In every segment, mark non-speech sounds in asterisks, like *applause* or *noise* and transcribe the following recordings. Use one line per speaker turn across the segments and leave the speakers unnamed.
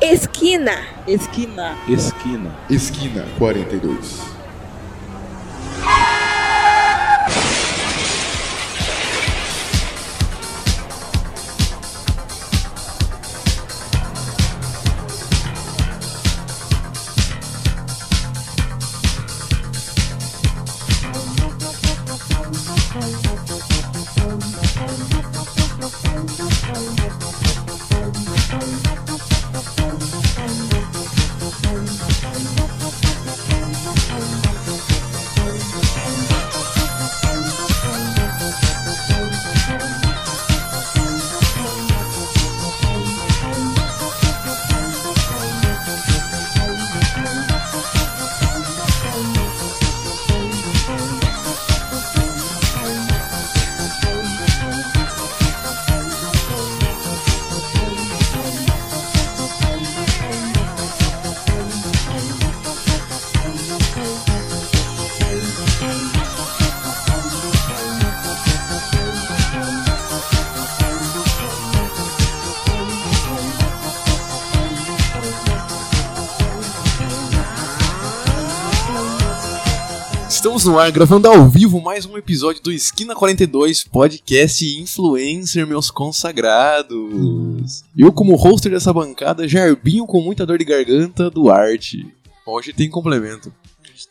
Esquina.
Esquina.
Esquina.
Esquina 42.
Estamos no ar gravando ao vivo mais um episódio do Esquina 42 Podcast Influencer, meus consagrados. Eu, como hoster dessa bancada, Jarbinho com muita dor de garganta, Duarte. Hoje tem complemento.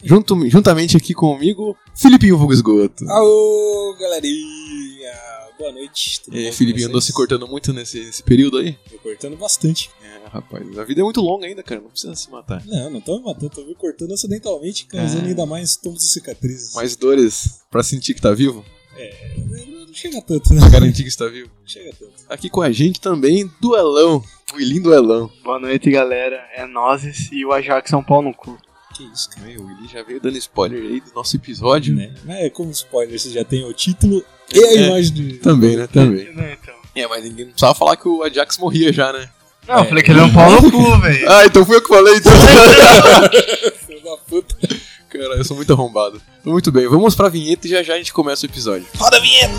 Junto, juntamente aqui comigo, Filipinho Vulgo Esgoto.
Alô, galerinha. Boa noite. Tudo
É,
bom com
Filipinho, andou
vocês?
se cortando muito nesse, nesse período aí?
Tô cortando bastante.
É, rapaz, a vida é muito longa ainda, cara, não precisa se matar.
Não, não tô me matando, tô me cortando acidentalmente, causando
Ah.
ainda mais tombos e cicatrizes.
Mais dores pra sentir que tá vivo,
Não chega tanto, não.
garantir que está vivo.
Não chega tanto.
Aqui com a gente também, Duelão. O William Duelão.
Boa noite, galera. É nozes e o Ajax São Paulo no cu.
Que isso, cara.
Meu, ele já veio dando spoiler aí do nosso episódio.
Né? Mas é como spoiler, você já tem o título e a
É.
imagem de...
Também, né? Também.
Não, então.
É, mas ninguém não precisava falar que o Ajax morria já, né?
Não, eu falei que ele é um pau no cu, velho.
Ah, então fui eu que falei, *laughs* então.
Filho da puta.
Cara, eu sou muito arrombado. Muito bem, vamos pra vinheta e já já a gente começa o episódio.
Roda a vinheta!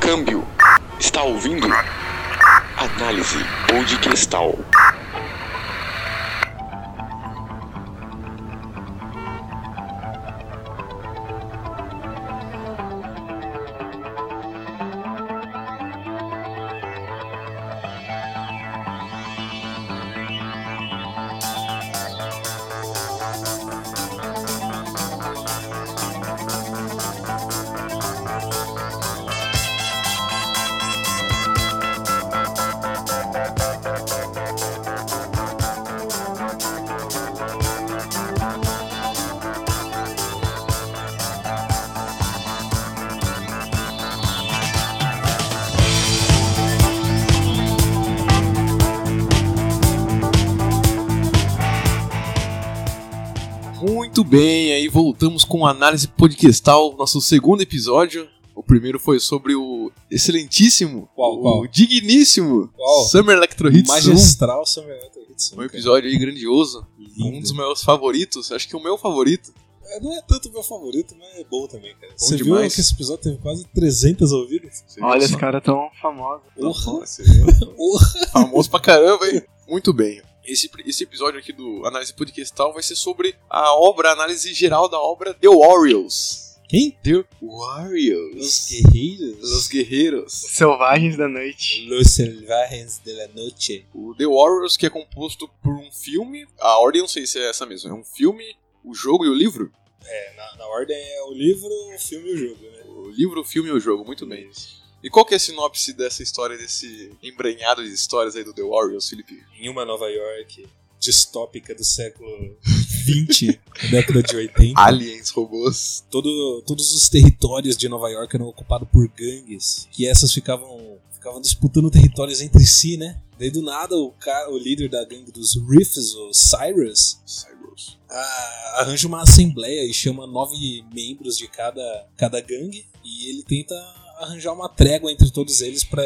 Câmbio. Está ouvindo? Análise podcastal.
Muito bem, aí voltamos com a análise podcastal, nosso segundo episódio. O primeiro foi sobre o excelentíssimo,
Qual,
o
qual?
digníssimo
Qual?
Summer Electro Hits 1.
Magistral Samuel L. Hudson,
Um
cara.
episódio aí grandioso, um dos
Lindo.
meus favoritos, acho que o meu favorito.
É, Não é tanto meu favorito, mas é bom também, cara. Você viu
demais.
que esse episódio teve quase 300 ouvidas?
Olha, os caras tão famosos.
Porra!
*laughs* Famoso pra caramba, hein? Muito bem. Esse, esse episódio aqui do Análise Podcastal vai ser sobre a obra, a análise geral da obra The Warriors.
Quem?
The
Os
Warriors. Os
guerreiros.
Guerreiros.
Selvagens da noite.
Los selvagens de la noche.
O The Warriors, que é composto por um filme. A ordem não sei se é essa mesmo. É um filme, o jogo e o livro?
Na, na ordem é o livro, o filme e o jogo, né?
O livro, o filme e o jogo, muito bem. E qual que é a sinopse dessa história, desse embranhado de histórias aí do The Warriors, Felipe?
Em uma Nova York distópica do século 20, década de 80.
Aliens, robôs.
Todo, todos os territórios de Nova York eram ocupados por gangues, que essas ficavam ficavam Ficavam disputando territórios entre si, né? Daí do nada o, cara, o líder da gangue dos Riffs, o Cyrus,
Cyrus.
a- Ah, arranja uma assembleia e chama nove membros de cada, cada gangue e ele tenta arranjar uma trégua entre todos eles para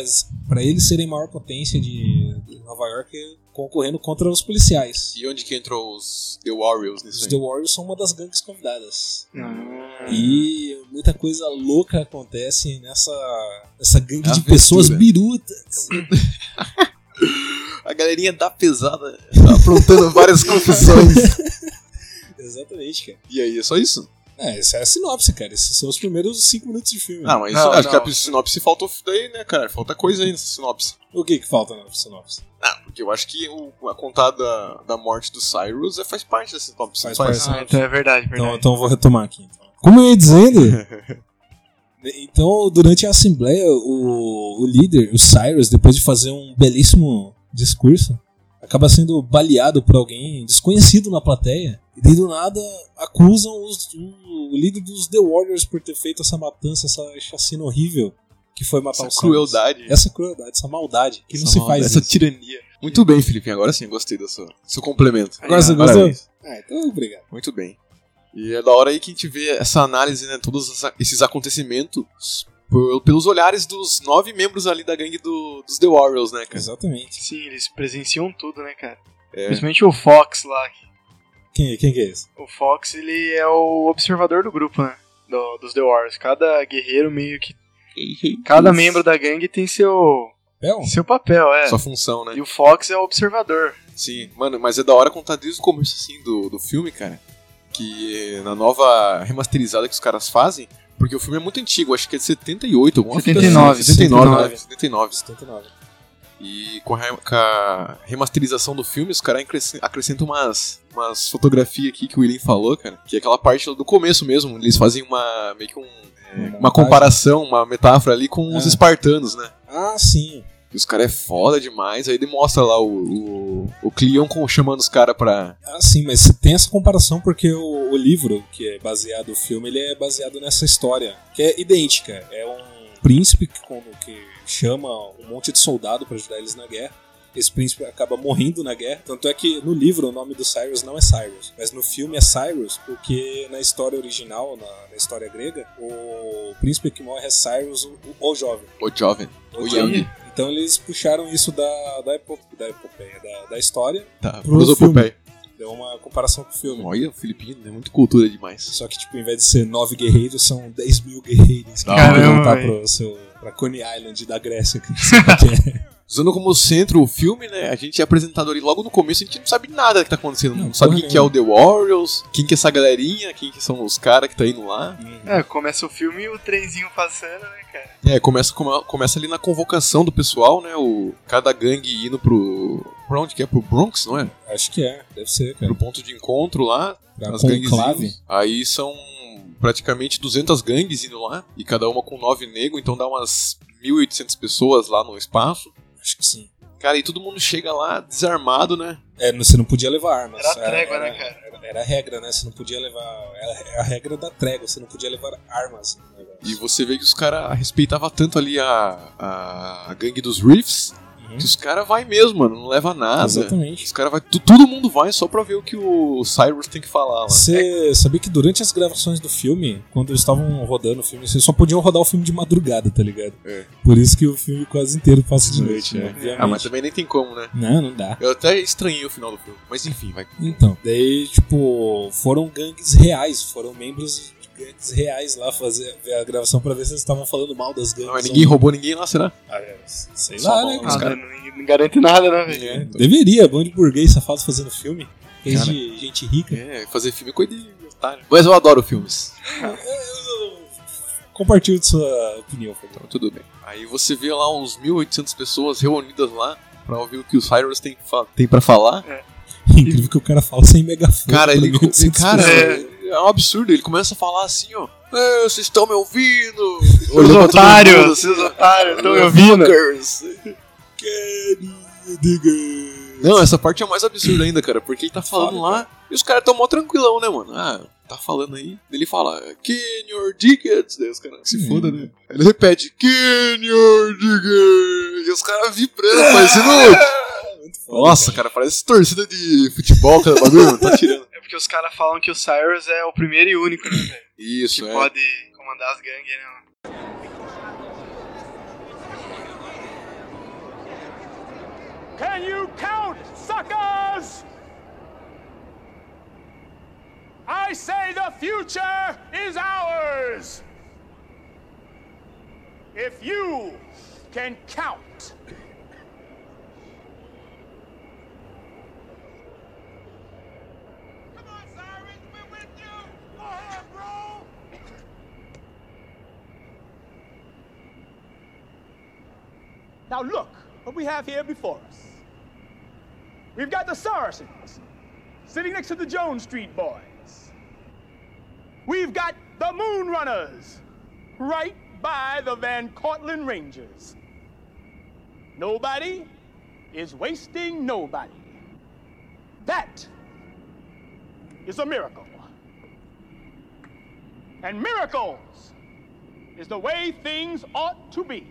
eles serem maior potência de de Nova York concorrendo contra os policiais.
E onde que entrou os The Warriors
Os
nisso
The
aí?
Warriors são uma das gangues convidadas.
Hum.
E muita coisa louca acontece nessa, nessa gangue
É
de
uma
pessoas
frescura.
birutas.
A galerinha da pesada tá *laughs* aprontando várias confusões.
Exatamente, cara.
E aí, é só isso?
É, essa é a sinopse, cara. Esses são os primeiros cinco minutos de filme.
Ah, mas
Não,
isso- acho
não.
que a sinopse faltou daí, né, cara? Falta coisa aí nessa sinopse.
O que que falta na sinopse?
Porque eu acho que o, a contada da morte do Cyrus é, faz parte dessa sinopse.
Faz
não
parte.
Ah, então é verdade,
Então,
verdade.
então eu vou retomar aqui. então. Como eu ia dizendo...
*laughs*
Então, durante a assembleia, o, o líder, o Cyrus, depois de fazer um belíssimo discurso, acaba sendo baleado por alguém desconhecido na plateia. E daí do nada acusam os- o, o líder dos The Warriors por ter feito essa matança, essa chacina horrível que foi matar
Essa
o Cyrus.
crueldade.
Essa crueldade, essa maldade que não
Essa
se
maldade,
faz
Essa
isso.
tirania. Muito bem, Felipe. Agora sim, gostei do seu, seu complemento. é.
Agora você gostou?
Parabéns.
Ah, então obrigado.
Muito bem. E é da hora aí que a gente vê essa análise, né? Todos essa- esses acontecimentos por- pelos olhares dos nove membros ali da gangue do- dos The Warriors, né, cara?
Exatamente.
Sim, eles presenciam tudo, né, cara?
É.
Principalmente o Fox lá,
Quem, quem que é esse?
O Fox, ele é o observador do grupo, né? Do- dos The Warriors. Cada guerreiro meio que. Cada membro da gangue tem seu.
Bel?
seu papel, é.
Sua função, né?
E o Fox é o observador.
Sim, mano, mas é da hora contar desde o começo, assim, do, do filme, cara. Que eh, na nova remasterizada que os caras fazem, porque o filme é muito antigo, acho que é de 78, alguma fita assim.
79,
79, né? 79.
79.
E com a, re- com a remasterização do filme, os caras acresce- acrescentam umas, umas fotografias aqui que o William falou, cara. Que é aquela parte do começo mesmo. Eles fazem uma meio que um- uma comparação, uma metáfora ali com os
É.
espartanos, né?
Ah, sim.
Que os caras é foda demais. Aí ele mostra lá o, o, o Cleon com- chamando os caras pra.
Ah, sim, mas tem essa comparação porque o, o livro que é baseado no filme, ele é baseado nessa história, que é idêntica. É um príncipe que, como, que chama um monte de soldado pra ajudar eles na guerra. Esse príncipe acaba morrendo na guerra. Tanto é que no livro o nome do Cyrus não é Cyrus, mas no filme é Cyrus, porque na história original, na, na história grega, o príncipe que morre é Cyrus, o, o jovem.
O jovem. O Young.
Então eles puxaram isso da, da, epo, da epopeia, da, da história,
Tá,
Pro
prosopopeia.
deu uma comparação com o filme.
Olha, o Filipino é muito cultura demais.
Só que, tipo, em vez de ser nove guerreiros, são 10 mil guerreiros.
Da
hora.
vão voltar
Caramba,
pro seu, pra Coney Island da Grécia. Que não
*laughs*
sei qual que é.
Usando como centro o filme, né? A gente é apresentado ali logo no começo, a gente não sabe nada que tá acontecendo. Não,
Não,
sabe
porra
quem que é o The Warriors, quem que é essa galerinha, quem que são os caras que tá indo lá.
Hum,
É, começa o filme e o trenzinho passando, né, cara?
É, começa, come- começa ali na convocação do pessoal, né? O, cada gangue indo pro. Pra onde que é? Pro Bronx, não é?
Acho que é, deve ser, cara.
Pro ponto de encontro lá.
Pra
as
conclave.
ganguezinhas. Aí são praticamente 200 gangues indo lá, e cada uma com nove negros, então dá umas 1.800 pessoas lá no espaço.
Acho que sim.
Cara, e todo mundo chega lá desarmado, né?
É, você não podia levar armas.
Era a trégua,
é,
né, cara?
Era, era a regra, né? Você não podia levar. Era é a regra da trégua, você não podia levar armas. no negócio.
E você vê que os caras respeitavam tanto ali a, a, a gangue dos Reefs,
Uhum.
que os caras vai mesmo, mano, não leva nada. Os
Exatamente.
caras vai, tu- todo mundo vai só pra ver o que o Cyrus tem que falar lá.
Você sabia que durante as gravações do filme, quando eles estavam rodando o filme, vocês só podiam rodar o filme de madrugada, tá ligado?
É.
Por isso que o filme quase inteiro passa de
De
noite,
noite,
né?
é.
Obviamente.
Ah, mas também nem tem como, né?
Não, não dá.
Eu até estranhei o final do filme, mas enfim, vai.
Então, daí, tipo, foram gangues reais, foram membros de gangues reais lá fazer ver a gravação pra ver se eles estavam falando mal das gangues.
Não, mas ninguém roubou ninguém lá, será?
Ah, é, sei
Só
lá,
mal,
né?
né?
cara?
Ah,
cara-
não, não garante nada, né, velho?
então,
É, Deveria, bando de burguês safado fazendo filme. Fez de gente rica.
É, fazer filme é coisa de otário. Mas eu adoro filmes.
Compartilhe de sua opinião, por
*laughs*
favor.
Então tudo bem. Aí você vê lá uns 1.800 pessoas reunidas lá pra ouvir o que o Cyrus tem, fa- tem pra falar.
Incrível que o cara fala sem megafone.
Cara, ele.
pra 1800
Cara,
pessoas.
é. um absurdo. Ele começa a falar assim, ó. "É, Vocês estão me ouvindo?
Os
Olhando pra todo mundo,
otários,
assim,
seus
ó,
otários, então estão me ouvindo?
"Fuckers."
Diga.
Não, essa parte é mais absurda ainda, cara, porque ele tá falando lá e os caras tão mó tranquilão, né, mano? Ah, tá falando aí. Ele fala, Can your tickets? Daí os caras
Hum.
se foda, né? Aí Ele repete, Can your tickets? E os caras
*laughs*
vibrando, parecendo. Nossa, cara, parece torcida de futebol, cara, bagulho, tá
*laughs*
tirando.
É porque os caras falam que o Cyrus é o primeiro e único, né, velho? Que
Isso, é.
pode comandar as gangues, né? mano?
Can you count, suckers? I say the future is ours. If you can count. Come on, Sirens, we're with you. Go ahead, bro. Now look what we have here before us. We've got the Saracens sitting next to the Jones Street Boys. We've got the Moon Runners right by the Van Cortlandt Rangers. Nobody is wasting nobody. That is a miracle. And miracles is the way things ought to be.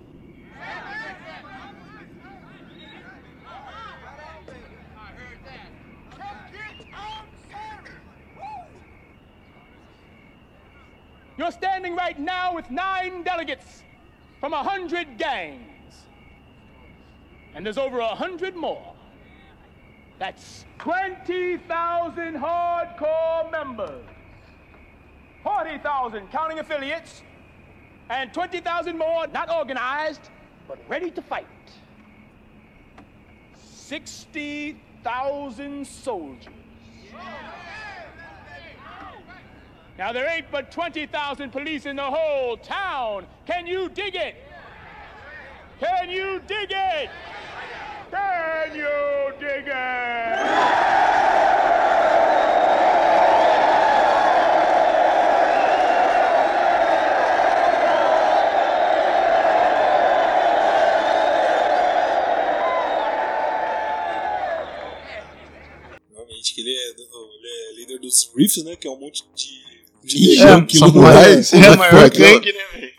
You're standing right now with nine delegates from a hundred gangs. And there's over a hundred more. That's 20,000 hardcore members, 40,000 counting affiliates, and 20,000 more not organized, but ready to fight. 60,000 soldiers. Now, there ain't but 20,000 police in the whole town. Can you dig it? Can you dig it? Can you dig it?
Realmente, que ele é, do- ele é líder dos Riffs, né? Que é um monte de. de
Ih,
negão
é,
que
samurai.
luta.
É a maior
Aquela-
gangue, né, velho?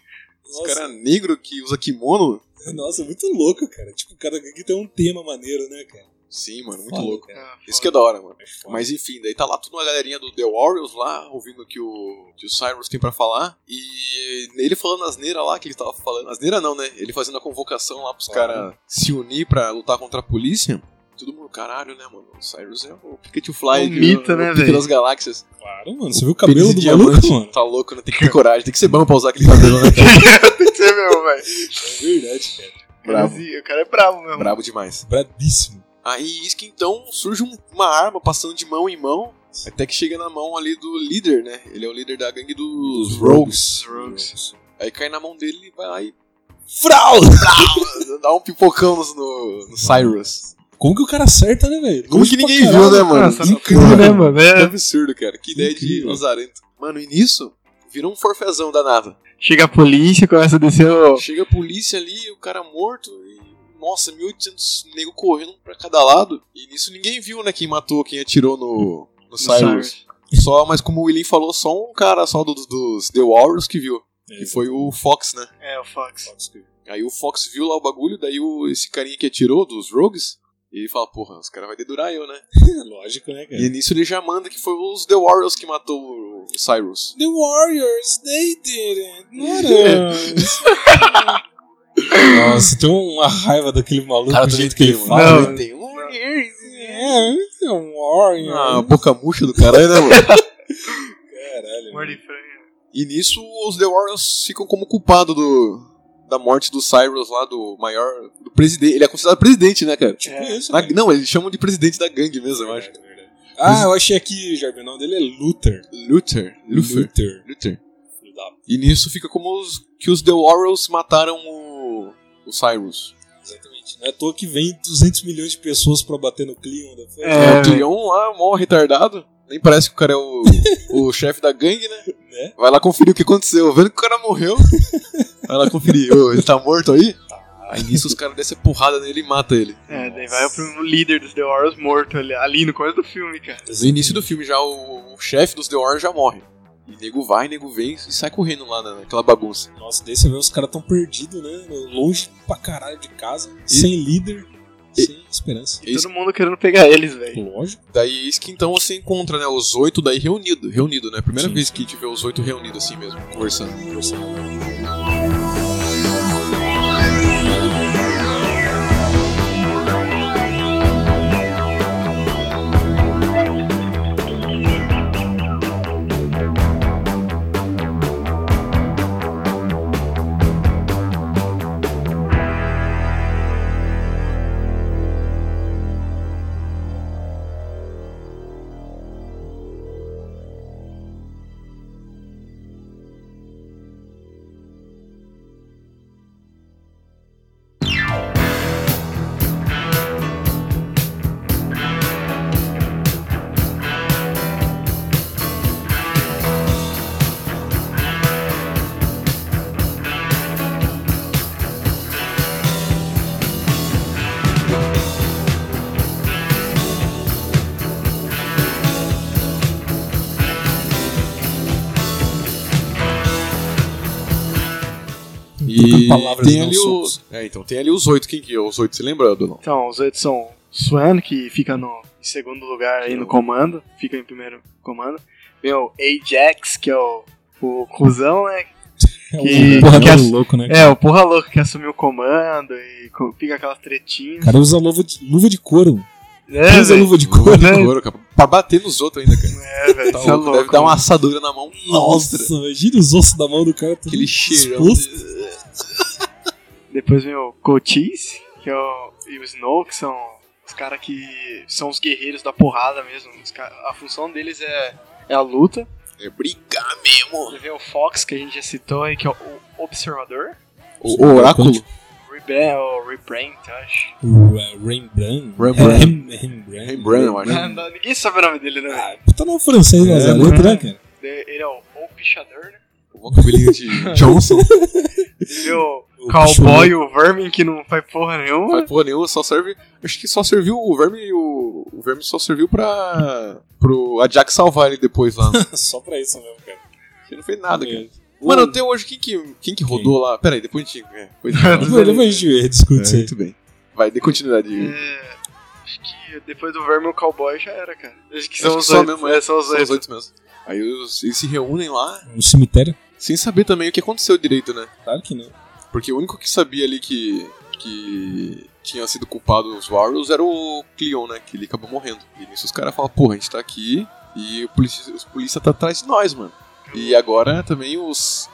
Os
Nossa,
cara negro que usa kimono.
nossa, muito louco, cara. Tipo, cada gangue tem um tema maneiro, né, cara?
Sim, mano, muito
Foda,
louco.
cara.
Ah,
Isso que é da hora, mano. Mas enfim, daí tá lá toda uma galerinha do The Warriors lá, ouvindo o que o, que o Cyrus tem pra falar. E ele falando asneira lá, que ele tava falando. Asneira não, né? Ele fazendo a convocação lá pros caras se unir pra lutar contra a polícia. Todo mundo, caralho, né, mano? O Cyrus é o Picket Fly,
Um mito, né,
Pique
velho?
das galáxias.
Claro, mano. Você viu o cabelo
Pique
do
de
maluco,
diamante.
mano?
Tá louco, né? Tem que ter coragem, tem que ser bom pra usar aquele cabelo, né?
Tem que ser mesmo, velho.
É verdade, cara.
Bravo.
Mas, e, O cara é brabo mesmo.
Brabo demais.
Brabíssimo.
Aí isso que então surge um- uma arma passando de mão em mão, até que chega na mão ali do líder, né? Ele é o líder da gangue dos Rogues.
Rogues.
Aí cai na mão dele e vai lá e. Frau! Dá um pipocão no- no, no Cyrus.
Como que o cara acerta, né, velho?
Como
Longe
que
pra
ninguém
caralho.
viu, né, mano?
Ah, só no
Incrível,
cu, né,
mano?
mano? É.
Que absurdo, cara. Que ideia de
Incrível.
lazarento. Mano, e nisso, virou um forfezão danado.
Chega a polícia, começa a descer o.
Chega a polícia ali, o cara morto e. Nossa, 1800 nego correndo pra cada lado. E nisso ninguém viu, né? Quem matou, quem atirou no, no Cyrus. Só, mas como o William falou, só um cara só do- do- dos The Warriors que viu.
É,
Que foi o Fox, né?
É, o Fox.
Aí o Fox viu lá o bagulho, daí o, esse carinha que atirou dos Rogues. E ele fala, porra, os caras vão dedurar eu, né?
Lógico, né, cara?
E nisso ele já manda que foi os The Warriors que matou o Cyrus.
The Warriors, they did it. Not
*laughs*
us. Nossa, tem um, uma raiva daquele maluco do jeito que ele fala.
mano.
Não, tem um.
É, esse é um Warrior.
Ah, boca murcha do caralho, né, mano?
Caralho.
Morde
mano.
frango.
E nisso os The Warriors ficam como culpado do, da morte do Cyrus lá, do maior. do presidente. Ele é considerado presidente, né, cara?
Tipo isso,
Na-
cara.
não, eles chamam de presidente da gangue mesmo, eu acho.
Verdade, verdade. Ah, eu achei aqui, Jardim. O nome dele é Luther.
Luther. Luther.
Luther.
Luther.
Filho da p***,
E nisso fica como os, que os The Warriors mataram o. o Cyrus.
Exatamente. Não é à toa que vem 200 milhões de pessoas pra bater no né? clima da festa.
É,
o Cleon lá, mó retardado. Nem parece que o cara é o, o chefe da gangue, né?
Né?
*laughs* Vai lá conferir o que aconteceu. Vendo que o cara morreu. Vai lá conferir. Ô, ele tá morto aí?
Ah,
Aí nisso os caras descem a porrada nele e matam ele.
É, daí vai o primeiro líder dos The Warriors morto ali, ali no começo do filme, cara.
No início do filme já o, o chefe dos The Warriors já morre. E nego vai, nego vem e sai correndo lá na- naquela bagunça.
Nossa, daí você vê os caras tão perdidos, né? Longe pra caralho de casa, sem líder,
E-
sem esperança.
E isso-
Todo mundo querendo pegar eles, velho.
Lógico.
daí é isso que então você encontra, né? Os oito daí reunidos, reunido, né? Primeira
Sim.
vez que tiver os oito reunidos assim mesmo, conversando. E
Trocando palavras
tem
não
ali o...
socos.
É, então tem ali os oito. Quem que é os oito? Você lembra, Adolão?
Então, os oito são Swan, que fica no em segundo lugar aí no comando, fica em primeiro comando. Vem o Ajax, que é o, o cuzão, né?
É um
Que-
porra
que
meio
as-
louco, né?
É, o porra louco que assumiu o comando e co- fica aquelas tretinhas.
O cara usa luva de, luva de couro.
É,
usa
velho.
luva de couro.
né?
Couro, cara. Pra bater nos outros ainda, cara.
É, velho,
Tá
isso é
louco, deve
louco.
dar uma assadura na mão.
Nossa,
Nossa!
imagina os ossos da mão do cara. tudo
Aquele cheirão.
exposto.
de-
Depois vem o Cochise, que é o, e o Snow, que são os caras que são os guerreiros da porrada mesmo. Os ca- a função deles é, é a luta.
É brigar mesmo.
Depois vem o Fox, que a gente já citou aí, que é o Observador.
O, o oráculo.
Rebel, o Rebrand, eu acho.
O é, Rembrandt.
Rembrandt.
É, Rem- Rembrandt.
Rembrandt, eu acho.
Não, não, ninguém sabe o nome dele, né?
Ah, puta nome francês, mas
É,
é letra, né, cara?
*laughs* De- Ele é o, o Pichador, né?
O cabelinho de Johnson.
Ele é o
O
Cowboy, o Vermin, que não faz porra
Não
nenhuma.
faz porra nenhuma, só serve. Acho que só serviu o Verme e o. O Verme só serviu pra. pro Ajax salvar ele depois lá.
Só pra isso mesmo, cara.
Ele não fez nada, cara.
É.
Mano, até hoje quem que, quem que rodou lá? Pera aí, depois a gente. É, depois a gente fala.
Depois depois a gente discute
É,
isso aí.
muito bem. Vai, dê continuidade.
É, acho que depois do Vermin, o Cowboy já era, cara. Acho que
Acho
são
que
os
só
oito.
mesmo,
é, são os
São os
oito.
oito mesmo. Aí os- eles se reúnem lá,
No Um cemitério?
sem saber também o que aconteceu direito, né?
Claro que não.
Porque o único que sabia ali que. que tinha sido culpado os Warriors era o Cleon, né? Que ele acabou morrendo. E nisso os caras falam, porra, a gente tá aqui e o polícia, os polícia tá atrás de nós, mano. E agora também os.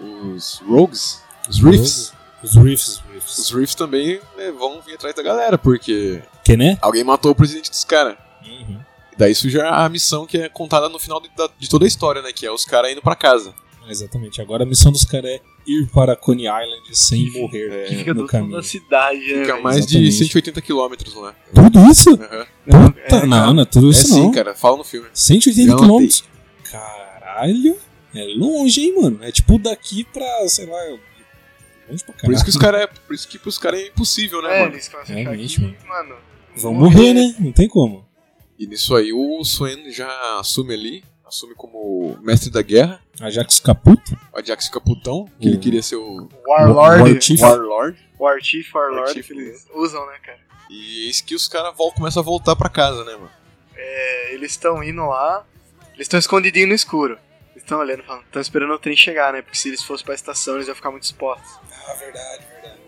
os Rogues, os Reefs.
Os Reefs, Reefs.
Os Reefs também né, vão vir atrás da galera, porque
Que né?
alguém matou o presidente dos caras.
Uhum.
Daí surge a missão que é contada no final de, da- de toda a história, né? Que é os caras indo pra casa.
Ah, Exatamente. Agora a missão dos caras é ir para Coney Island sem morrer
Que
é, no
fica do fundo
caminho.
da cidade, né?
Fica
velho?
mais de
Exatamente.
180 quilômetros lá.
Tudo isso?
Aham.
Não, é,
Tá, não, não é tudo
É
isso não.
sim, cara. Fala no filme.
180
Eu
quilômetros. Caralho. É longe, hein, mano. É tipo daqui pra, sei lá... Longe pra
Por
caralho.
isso que os caras é, por isso que pros caras é impossível, né,
É,
mano?
eles começam a achar
Realmente,
que, mano.
Vão morrer, né? Não tem como.
E nisso aí o Swen já assume ali, assume como mestre da guerra.
Ajax Caputo.
O Ajax fica putão, que ele
Hum.
queria ser o
Warlord.
War Chief.
Warlord.
War Chief, Warlord,
War Chief,
que eles usam, né, cara?
E eis que os caras vol- começam a voltar pra casa, né, mano?
É, eles estão indo lá, eles estão escondidinhos no escuro. Eles estão olhando, falando, estão esperando o trem chegar, né? Porque se eles fossem pra estação, eles iam ficar muito expostos.
Ah, verdade, verdade.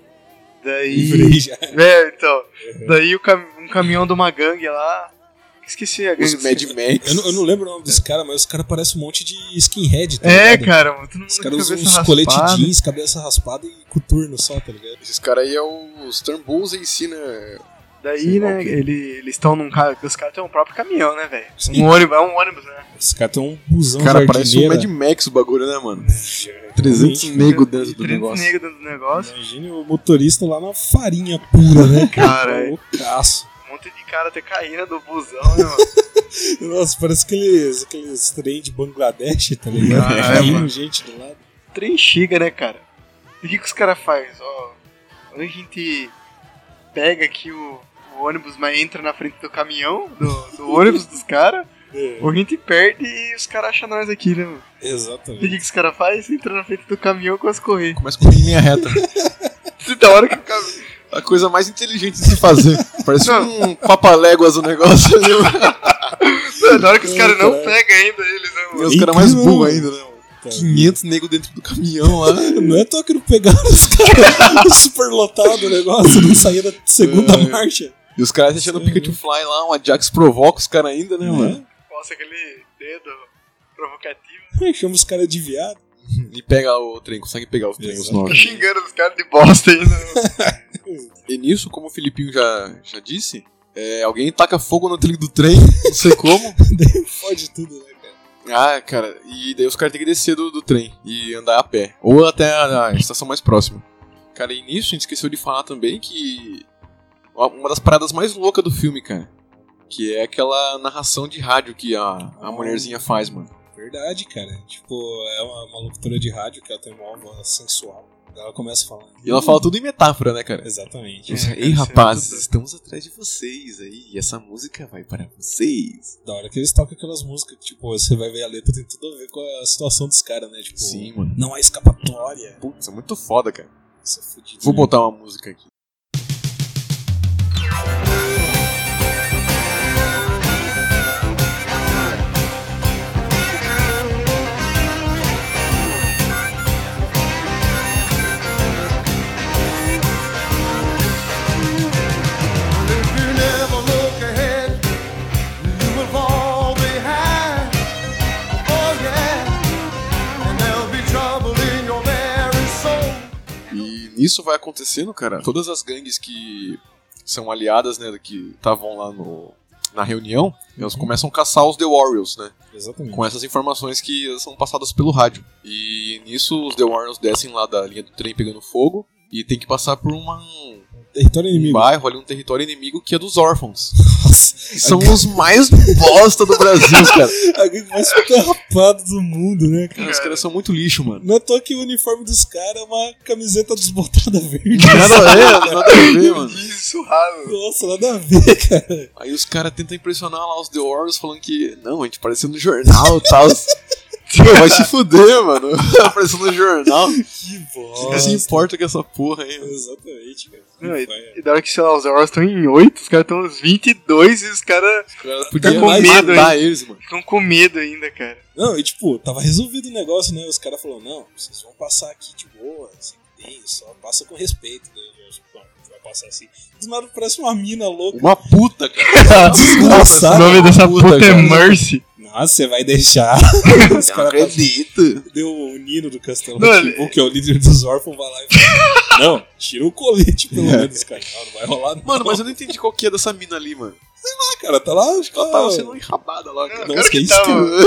Daí.
Livrei já.
É, então. Daí o cam- um caminhão de uma gangue lá. Esqueci a gangue.
Os
dos-
Mad Max.
Eu não, eu não lembro o nome dos caras, mas os caras parecem um monte de skinhead, tá
É,
ligado?
cara, todo mundo
Os
com
caras usam
cabeça
uns colete
raspada.
jeans, cabeça raspada e coturno só, tá ligado?
Esses caras aí é os Turnbulls em si, né?
Daí,
Sim,
né,
ok.
ele- eles estão num carro. Os caras têm um próprio caminhão, né, velho?
Sim.
Um ônibus, é um ônibus, né?
Esse cara tem um busão
Cara,
jardineira.
parece um Mad Max o bagulho, né, mano?
Realmente,
300
né?
nego dentro do
300
negócio.
negros dentro do negócio.
Imagine o motorista lá na farinha pura, né?
Cara, é.
Loucaço.
Um monte de cara tecaína do busão, né, mano?
Nossa, parece aqueles, aqueles trem de Bangladesh, tá ligado?
Ah, é,
Caindo
mano.
gente do lado.
Trem chega, né, cara? E o que, que os caras fazem? Ó, quando a gente pega aqui o, o ônibus, mas entra na frente do caminhão, do, do ônibus dos caras,
É,
ou a gente perde e os caras acham nós aqui, né? mano? O que,
Exatamente.
que os caras fazem? Entra na frente do caminhão com as correntes.
Começa com linha reta.
*laughs* Da hora que o caminhão.
A coisa mais inteligente de se fazer. Parece um papaléguas o negócio. Né?
Da hora que os caras não
Caralho.
pegam ainda eles, né,
E
mano?
os caras mais
Incrível.
burros ainda, né? mano?
Cara,
500 negros dentro do caminhão lá.
Não é à toa que não pegaram os caras *laughs* super lotado o negócio, não saía da segunda
É.
marcha.
E os caras achando o Pikachu Fly lá, um Ajax provoca os caras ainda, né,
é.
mano?
Nossa, aquele dedo provocativo.
É. Chama os caras de viado.
E pega o trem, consegue pegar o trem, os
Exato.
Tá
nove.
xingando os caras de bosta ainda. mano.
E nisso, como o Filipinho já, já disse, é, alguém taca fogo no trilho do trem, *laughs* não sei como.
Fode tudo, né, cara?
ah, cara, e daí os caras têm que descer do, do trem e andar a pé. Ou até a, a estação mais próxima. Cara, e nisso a gente esqueceu de falar também que. Uma uma das paradas mais loucas do filme, cara. Que é aquela narração de rádio que a, a mulherzinha faz, mano.
Verdade, cara. Tipo, é uma, uma locutora de rádio que ela tem uma voz sensual. Ela começa a falar. Uhum.
E ela fala tudo em metáfora, né, cara?
Exatamente. *laughs*
É, cara,
Ei,
isso é
rapazes,
tudo.
estamos atrás de vocês aí. E essa música vai para vocês.
Da hora que eles tocam aquelas músicas que, tipo, você vai ver a letra, tem tudo a ver com a situação dos caras, né? Tipo,
mano.
não há escapatória.
Putz, é muito foda, cara.
Isso é fudido.
Vou
né?
botar uma música aqui. E nisso vai acontecendo, cara. Todas as gangues que são aliadas, né, que estavam lá no, na reunião, elas começam a caçar os The Warriors, né?
Exatamente.
Com essas informações que são passadas pelo rádio. E nisso os The Warriors descem lá da linha do trem pegando fogo e tem que passar por uma, um
Território inimigo.
bairro ali, um território inimigo que é dos órfãos.
Nossa, *laughs*
Que são os mais bosta do *laughs* Brasil, cara.
a gangue mais derrapado do mundo, né, cara?
Cara, Os caras são muito lixo, mano.
Não é à toa que o uniforme dos caras é uma camiseta desbotada verde. *laughs*
Nada a ver, nada
*laughs*
a ver, mano.
Isso, raro.
Nossa, nada a ver, cara.
Aí os caras tentam impressionar lá os The Warriors falando que, não, a gente apareceu no jornal e tal. Pô, vai se fuder, mano. *laughs* Apareceu no jornal.
Que
Quem se importa com essa porra aí, mano?
Exatamente, cara.
Não,
Vai, é.
E da hora que, sei lá, os Hours estão em 8, os caras estão uns 22 e os caras
Os caras podiam
com medo,
matar eles, mano.
ficam com medo ainda, cara.
Não, e tipo, tava resolvido o negócio, né? Os caras falaram, não, vocês vão passar aqui de boa, assim, bem, só passa com respeito. Né? Eu acho que, bom, vai passar assim. Do nada parece uma mina louca.
Uma puta, cara.
o
Desgraçada.
nome dessa
puta,
puta, é
cara.
Mercy.
Nossa, você vai deixar. *laughs* Os
Eu não
caras
acredito.
deu o Nino do Castelo
Não,
Rá-Tim-Bum, que é o líder dos órfãos, vai lá e fala, não, tira o colete pelo menos, cara. Não, não vai rolar não.
Mano, mas eu não entendi qual que é dessa mina ali, mano.
Ah, cara, tá lá, acho que
Ela
ela
tava sendo enrabada lá, cara.
Nossa, que,
que
isso,
tá,
cara.
mano.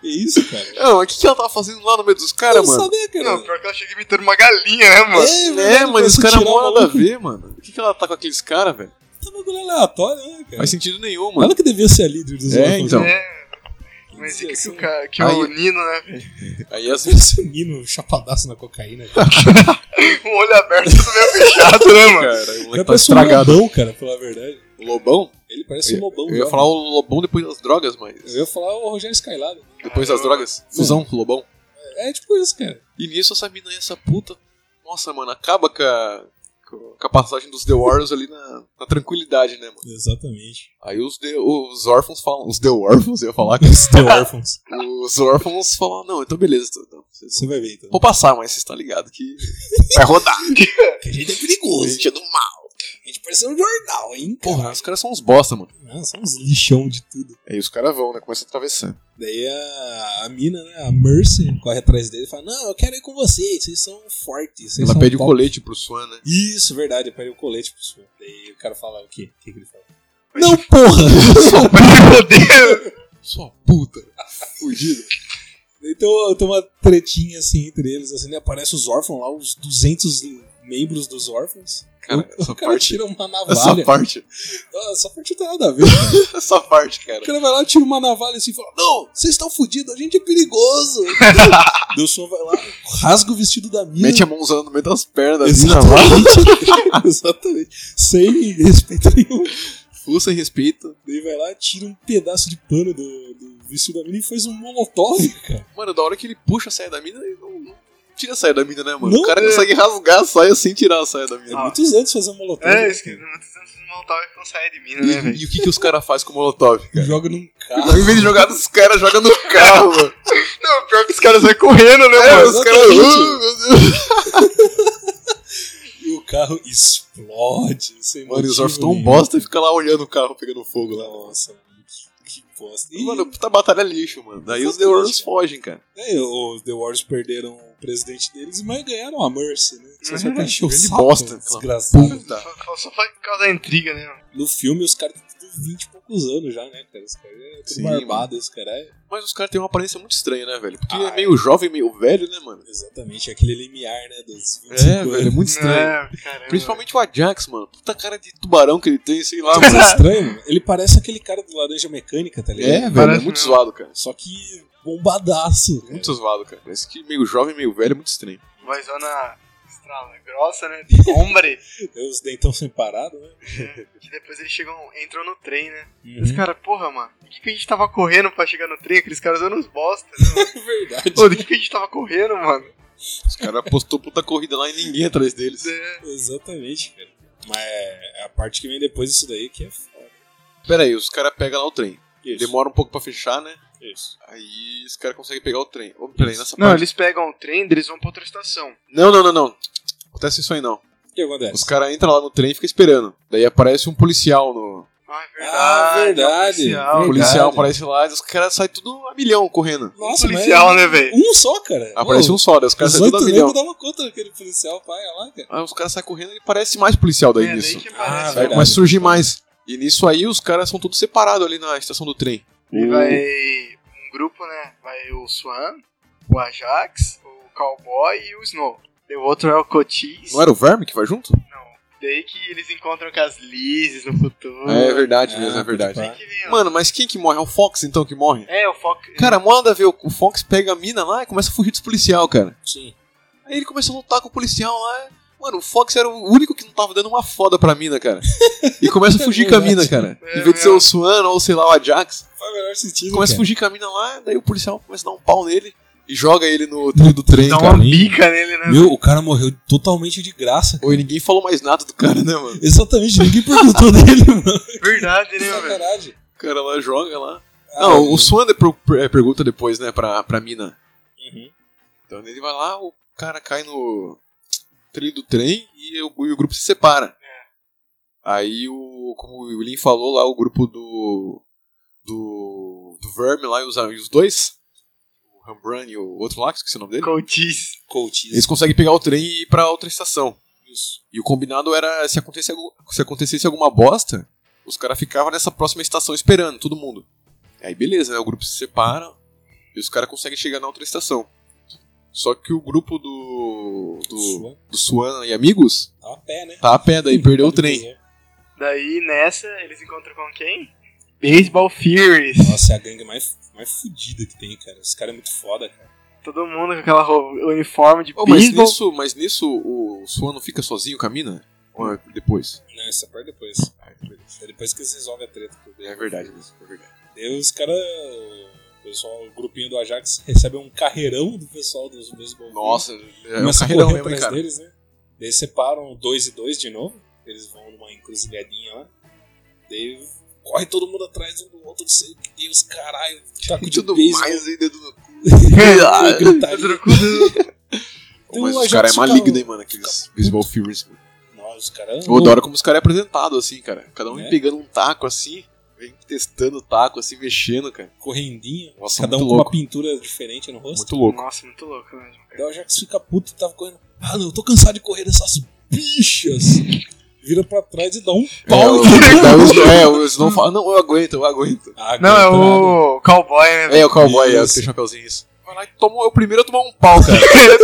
Que é isso, cara.
Não, mas o que, que ela tava fazendo lá no meio dos
Eu não
caras, mano?
sabia, cara. Tá
Não, pior que ela chega imitando uma galinha, né, mano?
É, mas os caras mó nada a
da vida.
ver, mano. Por que, que ela tá com aqueles caras, velho?
Tá bagulho aleatório, né, cara?
Faz sentido nenhum, mano.
Ela que devia ser a líder dos
É,
órfãos.
então.
né?
É, Mas e
Devia
que, que,
ser
o, ca- que
Aí-
o Nino, né, velho?
Aí
*laughs*
assim, as
Parece um Nino chapadaço na cocaína. Cara.
Com o olho aberto do meu fechado, né, mano?
cara, o
O cara
moleque tá
parece um
estragado.
lobão, cara, pela verdade.
Lobão?
Ele parece um lobão.
Eu ia
já,
falar
né?
o Lobão depois das drogas, mas.
Eu Ah, ia falar o Rogério Skylab.
Depois das drogas? Fusão, Lobão.
É tipo isso, cara.
E nisso essa mina aí, essa puta. Nossa, mano, acaba com a, com a passagem dos The Warriors ali na, na tranquilidade, né, mano?
Exatamente.
Aí os, The- os órfãos falam. Os The Warriors, eu ia falar. que-
Os The Orphans.
Os órfãos falam, não, então beleza. então- então,
*laughs*
vocês
Você vai ver, então.
Vou passar, mas você está ligado que vai rodar.
Porque a gente é
A
perigoso.
gente é do mal.
A gente parece um jornal, hein?
Porra, os caras são uns bosta, mano.
Não, são uns lixão de tudo.
Aí os caras vão, né? Começa a atravessar.
Daí a, a mina, né, a Mercy, corre atrás dele e fala: Não, eu quero ir com vocês, vocês são fortes. Vocês
Ela
são
pede o
top."
colete pro Swan, né?
Isso, verdade, pede o colete pro senhor. Daí o cara fala: O quê? O que, que ele fala?
Mas-
Não, porra!
Sua
*laughs*
puta. Fudido.
Então tem uma tretinha assim entre eles, assim, né? Aparece os órfãos lá, uns 200 membros dos órfãos.
Cara,
o,
essa
o cara
parte-
tira uma navalha.
Essa parte.
Ah, Essa parte não tem nada a ver. cara.
Essa parte, cara.
O cara vai lá, tira uma navalha assim e fala: Não, vocês estão fodidos, a gente é
*laughs*
perigoso. Deus só vai lá, rasga o vestido da mina.
Mete a mãozão no meio das pernas. assim, na mala.
Exatamente. *laughs* Exatamente. Sem respeito nenhum.
Full sem respeito.
Daí vai lá, tira um pedaço de pano do, do vestido da mina e faz um molotov, cara.
Mano, da hora que ele puxa a saia da mina, ele não, não tira a saia da mina, né, mano?
Não,
o cara
é.
consegue rasgar a saia sem tirar a saia da
É
mina.
Ah.
muitos anos fazer um molotov.
É,
né,
isso que
cara?
não precisa de montar e não sair de mina, né,
E,
velho?
e o que, que os caras fazem com o
*laughs*
Molotov, cara?
Joga num carro.
Em vez de jogar nos caras, joga no carro, mano.
Não, pior que os caras vão correndo, né,
É,
mano?
os caras.
exatamente.
Uh, meu Deus.
E o carro explode. Sem
Mano, e os
motivo
órfãos tão
nenhum.
bosta e fica lá olhando o carro pegando fogo lá.
Nossa, mano, que que bosta. E,
Mano, puta batalha lixo, mano. Daí os The
Exatamente,
Orphans
cara.
fogem, cara.
né, os The Warriors perderam o presidente deles, mas ganharam a Mercy, né? Só serve pra
É,
encher o
Uhum. grande
saco, né,
bosta, aquela
desgraçado.
Puta.
Só, só pra causar intriga, né, mano?
No filme, os caras têm tudo 20 e poucos anos já, né, cara? Os caras é tudo
Sim,
barbado, esse cara é...
Mas os caras têm uma aparência muito estranha, né, velho? Porque
Ah,
é meio jovem, meio velho, né, mano?
Exatamente, aquele limiar, né, dos 25
É,
anos.
velho, é muito estranho.
É, caramba.
Principalmente o Ajax, mano. Puta cara de tubarão que ele tem, sei lá,
*laughs* Mas
mano.
é estranho, mano. ele parece aquele cara do Laranja Mecânica, tá ligado?
É, velho, é
Parece
muito
mesmo.
zoado, cara.
Só que bombadaço. né? cara.
Muito zoado, cara. Parece que meio jovem, meio velho, é muito estranho.
Vozona estrala, grossa, né? Hombre.
Tem Os dentão sem parado, né?
que depois eles chegam, entram no trem, né?
Uhum.
Os caras, porra, mano, o que, que a gente tava correndo pra chegar no trem? Aqueles caras eram uns bosta, né? mano?
É *laughs* verdade.
Ô, do que, que a gente tava correndo, mano?
Os caras apostou puta corrida lá e ninguém atrás deles.
É,
Exatamente, cara. Mas é a parte que vem depois disso daí que é foda.
Pera aí, os caras pegam lá o trem.
Isso.
Demora um pouco pra fechar, né?
Isso.
Aí os caras conseguem pegar o trem. Ô, peraí, nessa
Não,
parte.
eles pegam o trem e eles vão pra outra estação.
Não, não, não, não. Acontece isso aí não.
O que acontece?
Os caras entram lá no trem e ficam esperando. Daí aparece um policial no.
Ah, é
Ah,
verdade.
verdade.
É
O
Verdade.
um policial,
policial aparece lá e os caras saem tudo a milhão correndo.
Nossa,
policial
mas-
né, velho?
Um só, cara.
Aparece um só, daí os caras
Os
saem tudo
oito
a
negros
milhão.
davam conta daquele policial, pai, olha lá, cara.
Aí os caras saem correndo e parece mais policial daí
É,
nisso.
daí que aparece.
Ah,
Aí
verdade.
né?
começa a surgir mais. E nisso aí os caras são todos separados ali na estação do trem.
E vai um grupo, né? Vai o Swan, o Ajax, o Cowboy e o Snow. E o outro é o Cotis.
Não era o Verme que vai junto?
Daí que eles encontram com as Lizes no futuro.
É verdade
Ah,
mesmo, é
pode
verdade.
pá.
Que vem, ó.
Mano, mas quem que morre? É o Fox então que morre?
É, o Fox.
Cara, mó nada a ver, o Fox pega a mina lá e começa a fugir dos policial, cara.
Sim.
Aí ele começa a lutar com o policial lá. Mano, o Fox era o único que não tava dando uma foda pra mina, cara. E começa *laughs* a fugir com a mina, cara.
É,
Em vez de ser
é.
o Suano ou sei lá, o Ajax,
Faz o melhor sentido.
começa a
cara.
fugir com a mina lá, daí o policial começa a dar um pau nele e joga ele no trilho do trem,
Dá
cara.
uma bica nele, né?
Meu, o cara morreu totalmente de graça.
Ou ninguém falou mais nada do cara, né, mano?
Exatamente, ninguém perguntou *laughs* dele, mano.
Verdade,
É
né, velho?
Sacanagem.
O cara lá joga lá.
Ah,
Não,
meu.
o Suano é pro- é, pergunta depois, né, pra, pra mina.
Uhum.
Então ele vai lá, o cara cai no trilho do trem e o, e o grupo se separa. Aí o. Como o William falou lá, o grupo do. do. do Verme lá e os, e os dois. O Rembrandt e o outro lá, que esqueci o nome dele.
Cotis.
Coaches.
Eles conseguem pegar o trem e ir pra outra estação.
Isso.
E o combinado era, se acontecesse, algum- se acontecesse alguma bosta, os caras ficavam nessa próxima estação esperando, todo mundo. Aí beleza, né? O grupo se separa e os caras conseguem chegar na outra estação. Só que o grupo do. do,
Sua.
do Swan e amigos
Tava a pé, né?
tá a pé, daí perdeu o trem.
Daí nessa eles encontram com quem? Baseball Furies.
Nossa, é a gangue mais, mais fodida que tem, cara. Esse cara é muito foda, cara.
Todo mundo com aquela roupa- uniforme de
Oh, mas,
beisebol.
nisso, mas nisso o Swan não fica sozinho, camina? Ou é depois?
Não, essa parte depois.
Ah,
É depois que eles resolvem a treta. que eu dei.
É verdade mesmo, é verdade.
Daí os caras. O pessoal, o grupinho do Ajax recebe um carreirão do pessoal dos beisebol.
Nossa, é um
Começa a
carreirão
correr
mesmo, hein,
atrás
cara.
deles, né? Daí separam dois e dois de novo. Eles vão numa encruzilhadinha lá. Daí corre todo mundo atrás um do outro, não sei o que tem, os caralho. Taco
E
de
tudo
beisebol.
mais aí dedo no
*laughs*
cu.
foi gritaria. *laughs* Tem
Mas
um
os caras é
Ajax fica-
maligno, hein, mano, aqueles Baseball Furies.
Nossa, os um caras.
Ou da hora como os caras é apresentado, assim, cara. Cada um
Né?
pegando um taco assim, vem testando o taco, assim, mexendo, cara.
correndinha.
Nossa,
cada um
muito
com
louco.
uma pintura diferente no rosto.
É Muito louco.
Nossa, muito louco mesmo. cara.
Daí o Ajax fica puto e tava correndo. Ah, não, eu tô cansado de correr dessas bichas. Vira pra trás e dá um pau.
*laughs* É, o, é, o Snow fala, não, eu aguento, eu aguento.
Ah,
Não, é
coitado.
o cowboy, né?
*laughs* É, o cowboy, é,
Isso.
tem chapeuzinho isso. Vai lá e tomou, é o primeiro a tomar um pau, cara.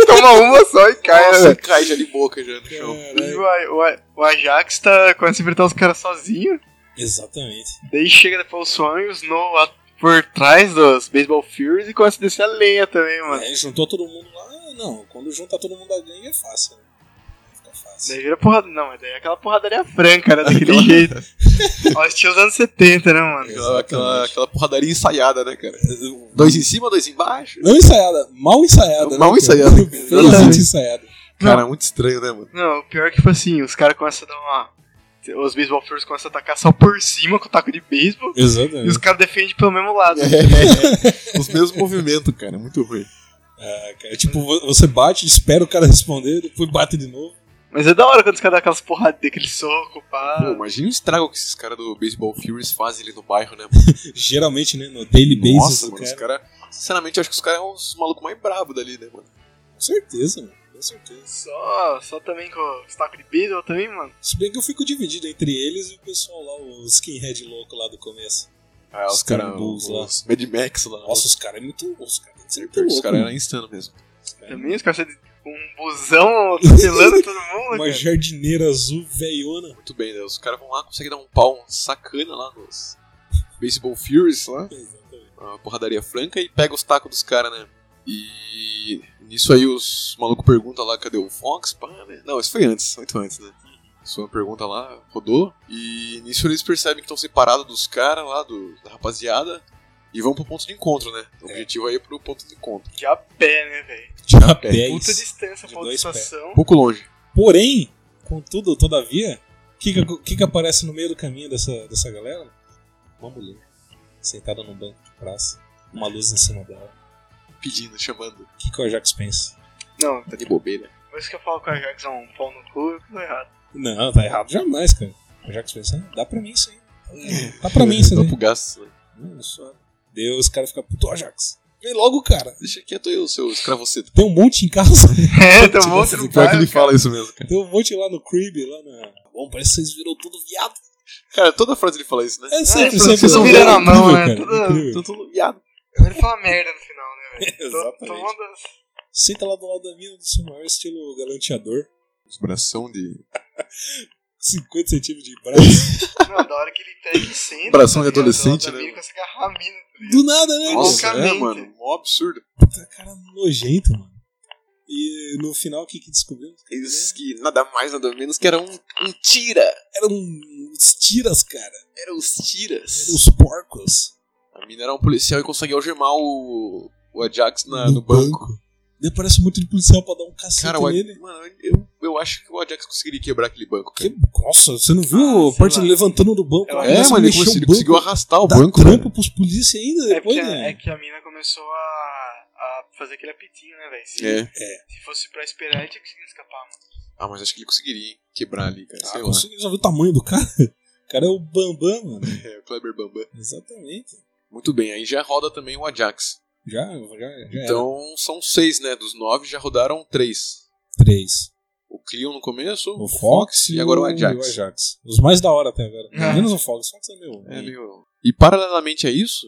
Toma uma só e cai, né,
Nossa,
velho?
*laughs* cai já de boca já no chão.
E o, A- o A- o Ajax tá, começa a enfrentar os caras sozinho.
Exatamente.
Daí chega depois o Swan e o Snow lá por trás dos Baseball Furies e começa a descer a lenha também, mano.
Aí juntou todo mundo lá, ah, não, quando junta todo mundo da gangue é fácil, né? Fica fácil.
Daí vira porrada. Não, mas daí é aquela porradaria franca, né? Daquele jeito. Ó, estilo dos anos 70, né, mano?
Aquela, aquela, aquela porradaria ensaiada, né, cara?
Eu-
Dois em cima, dois embaixo.
Não ensaiada, mal ensaiada.
Mal
né, cara?
ensaiada.
*laughs* Felizmente ensaiada.
Cara, é muito estranho, né, mano?
Não, o pior é que foi assim, os caras começam a dar uma. Os baseball Furies começam a atacar só por cima com o taco de beisebol. E os
Exatamente.
caras defendem pelo mesmo lado.
Os mesmos *laughs* movimentos, cara. é Muito ruim.
Ah, cara, tipo, vo- você bate, espera o cara responder, depois bate de novo.
Mas é da hora quando os caras dão aquelas porradas daquele soco, pá.
Pô, imagina o estrago que esses caras do Baseball Furies fazem ali no bairro, né?
Geralmente, né, no daily basis
Nossa,
do
mano,
cara.
os caras... Sinceramente, eu acho que os caras são os malucos mais brabos dali, né, mano?
Com certeza, mano. Com certeza.
Só, só também com os tacos de beisebol também, mano.
Se bem que eu fico dividido entre eles e o pessoal lá, o skinhead louco lá do começo.
Ah,
Os caras bons lá.
Os Mad Max lá.
Nossa, os caras é muito louco, os caras têm que ser muito
Pior que os é
louco,
caras
mano.
eram insano mesmo.
Também os caras saem com um busão atropelando todo
*laughs*
mundo,
Uma
cara.
jardineira azul
*laughs*
velhona.
Muito bem, né? Os caras vão lá, conseguem dar um pau sacana lá nos Baseball Furies lá. Uma porradaria franca e pega os tacos dos caras, né? E nisso aí os malucos perguntam lá, cadê o Fox? Pá, né? Não, isso foi antes, muito antes, né? Sua pergunta lá rodou. E nisso eles percebem que estão separados dos caras lá, do, da rapaziada. E vão pro ponto de encontro, né? O objetivo aí é pro ponto de encontro.
De a pé, né, velho?
Já
Puta
10.
distância
é De
pra outra
dois pés.
estação.
Um pouco longe.
Porém, contudo, todavia, o que, que, que que aparece no meio do caminho dessa, dessa galera? Uma mulher sentada num banco de praça, uma luz em cima dela.
Pedindo, chamando.
O que, que o Ajax pensa?
Não,
Tá de bobeira.
depois que eu falo com a Jax é um pau no cu, eu tô errado.
Não, tá errado jamais, cara. O Ajax pensa, "Ah, dá pra mim isso aí. Dá pra mim isso
*laughs* Dá
aí.
pro gasto. né?
Hum, só. Daí os caras ficam, puto, Ajax, vem logo, cara.
Deixa quieto aí o seu escravoceta.
Tem um monte em casa. *laughs*
É, tá bom, outro
Pior que ele fala isso mesmo, cara.
Tem um monte lá no crib, lá na. Bom, parece que vocês viram tudo viado.
Cara, toda frase ele fala isso, né? Ah,
É sempre,
vocês
sempre.
não
incrível,
viram a mão,
cara,
né? Tudo-
incrível.
Tô todo viado.
Ele fala merda no final, né, velho?
Exatamente.
Todo mundo-
Senta lá do lado da mina do seu maior estilo galanteador.
Os bração de...
50 centímetros de braço.
Não, da hora que ele pega e senta.
Abração de
tá ligado?
adolescente,
Da mina
né,
consegue agarrar a mina.
Do nada, né?
Nossa,
cara?
é,
Loucamente.
Mó absurdo.
Puta, cara nojento, mano. E no final, o que, que descobrimos?
Eles que nada mais, nada menos que era um, um tira.
Eram os um tiras, cara.
Eram os tiras.
Eram os porcos.
A mina era um policial e conseguia algemar o, o Ajax na- Ah, no, banco.
Daí parece muito de policial pra dar um cacete
Cara, o Aj-
nele.
mano, eu, eu acho que o Ajax conseguiria quebrar aquele banco, cara.
Que- nossa, você não viu
Ah,
a
sei
parte
lá.
levantando do banco?
É,
lá,
mano,
É,
começa a
mano, ele,
mexer o
consegui-
banco,
conseguiu arrastar o
dá
banco,
um trampo
cara.
pros polícia ainda
É,
depois,
porque,
né?
é que a mina começou a, a fazer aquele apitinho, né, velho? Se,
É.
se fosse pra esperar, ele tinha conseguido escapar, mano.
Ah, mas acho que ele conseguiria hein, quebrar ali, cara.
Ah,
Sei lá.
consegui já viu o tamanho do cara? O cara é o Bambam, mano.
É, o Kleber Bamba.
Exatamente.
Muito bem, aí já roda também o Ajax.
Já, já, já então...
Então são seis, né? Dos nove já rodaram três.
Três.
O Cleon no começo,
O Fox
e agora o Ajax.
e o Ajax. Os mais da hora até agora.
Ah.
Menos o Fox. O Fox é meu.
É, meio- E paralelamente a isso,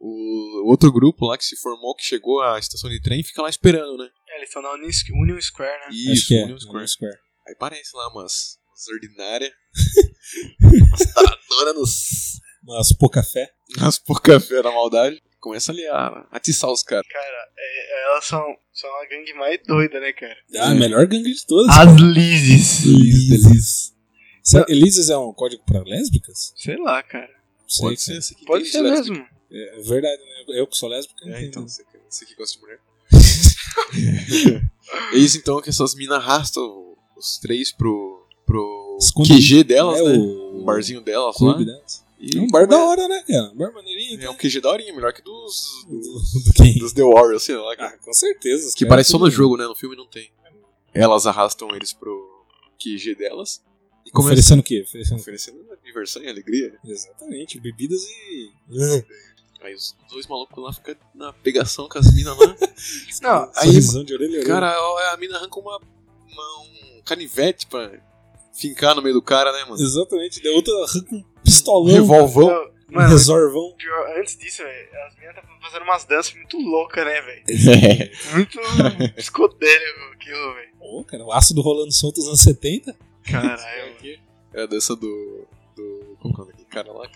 o outro grupo lá que se formou, que chegou à estação de trem, fica lá esperando, né?
É, eles estão na Union Squ- Union Square, né?
Acho
Isso,
que é.
Union Square.
Union Square.
Aí parece lá umas, umas
*laughs*
ordinárias. umas taradoras nos.
Mas pouca fé.
Nas por café na maldade. Começa ali a atiçar os caras.
Cara, é- elas são, são a gangue mais doida, né, cara?
Ah, a melhor gangue de todas.
Ah,
As Lizes.
Elizes. Será- Elizes é um código pra lésbicas?
Sei lá, cara.
Sei,
Pode
cara.
ser, você que
Pode
entende
ser
de lésbica.
mesmo.
É verdade, né? Eu que sou lésbica, eu
É,
entendo.
então, você que, você que gosta de mulher. *laughs* é isso então que essas minas arrastam os três pro, pro
Esconde-
QG delas,
é
né?
o
O barzinho delas
clube
lá.
delas.
E
É um bar da
é-
hora, né, cara? Um bar maneirinho.
É um QG da horinha, melhor que dos,
Do, do quem?
dos The Warriors, sei lá. cara.
Ah, com certeza. os
que
caras
parece só
tudo-
no jogo, né? No filme não tem. Elas arrastam eles pro QG delas. E começam
Oferecendo o quê? Oferecendo...
oferecendo diversão e alegria. né?
Exatamente, bebidas e.
Aí os dois malucos lá ficam na pegação com as minas lá.
Não,
Ah, aí-
ah, Sorrisão de orelha a orelha.
Cara, ó, a mina arranca uma, uma- um canivete pra fincar no meio do cara, né, mano?
*laughs* Exatamente, da outra arranca um pistolão.
Revolvão.
Não, Mano,
Resolvão.
pior, antes disso, velho, as meninas estavam fazendo umas danças muito loucas, né, velho?
*laughs*
Muito psicodélico aquilo, velho.
Pô, cara, o ácido rolando solto dos anos 70?
Caralho.
É a dança do. do. Como que é o nome daquele cara lá?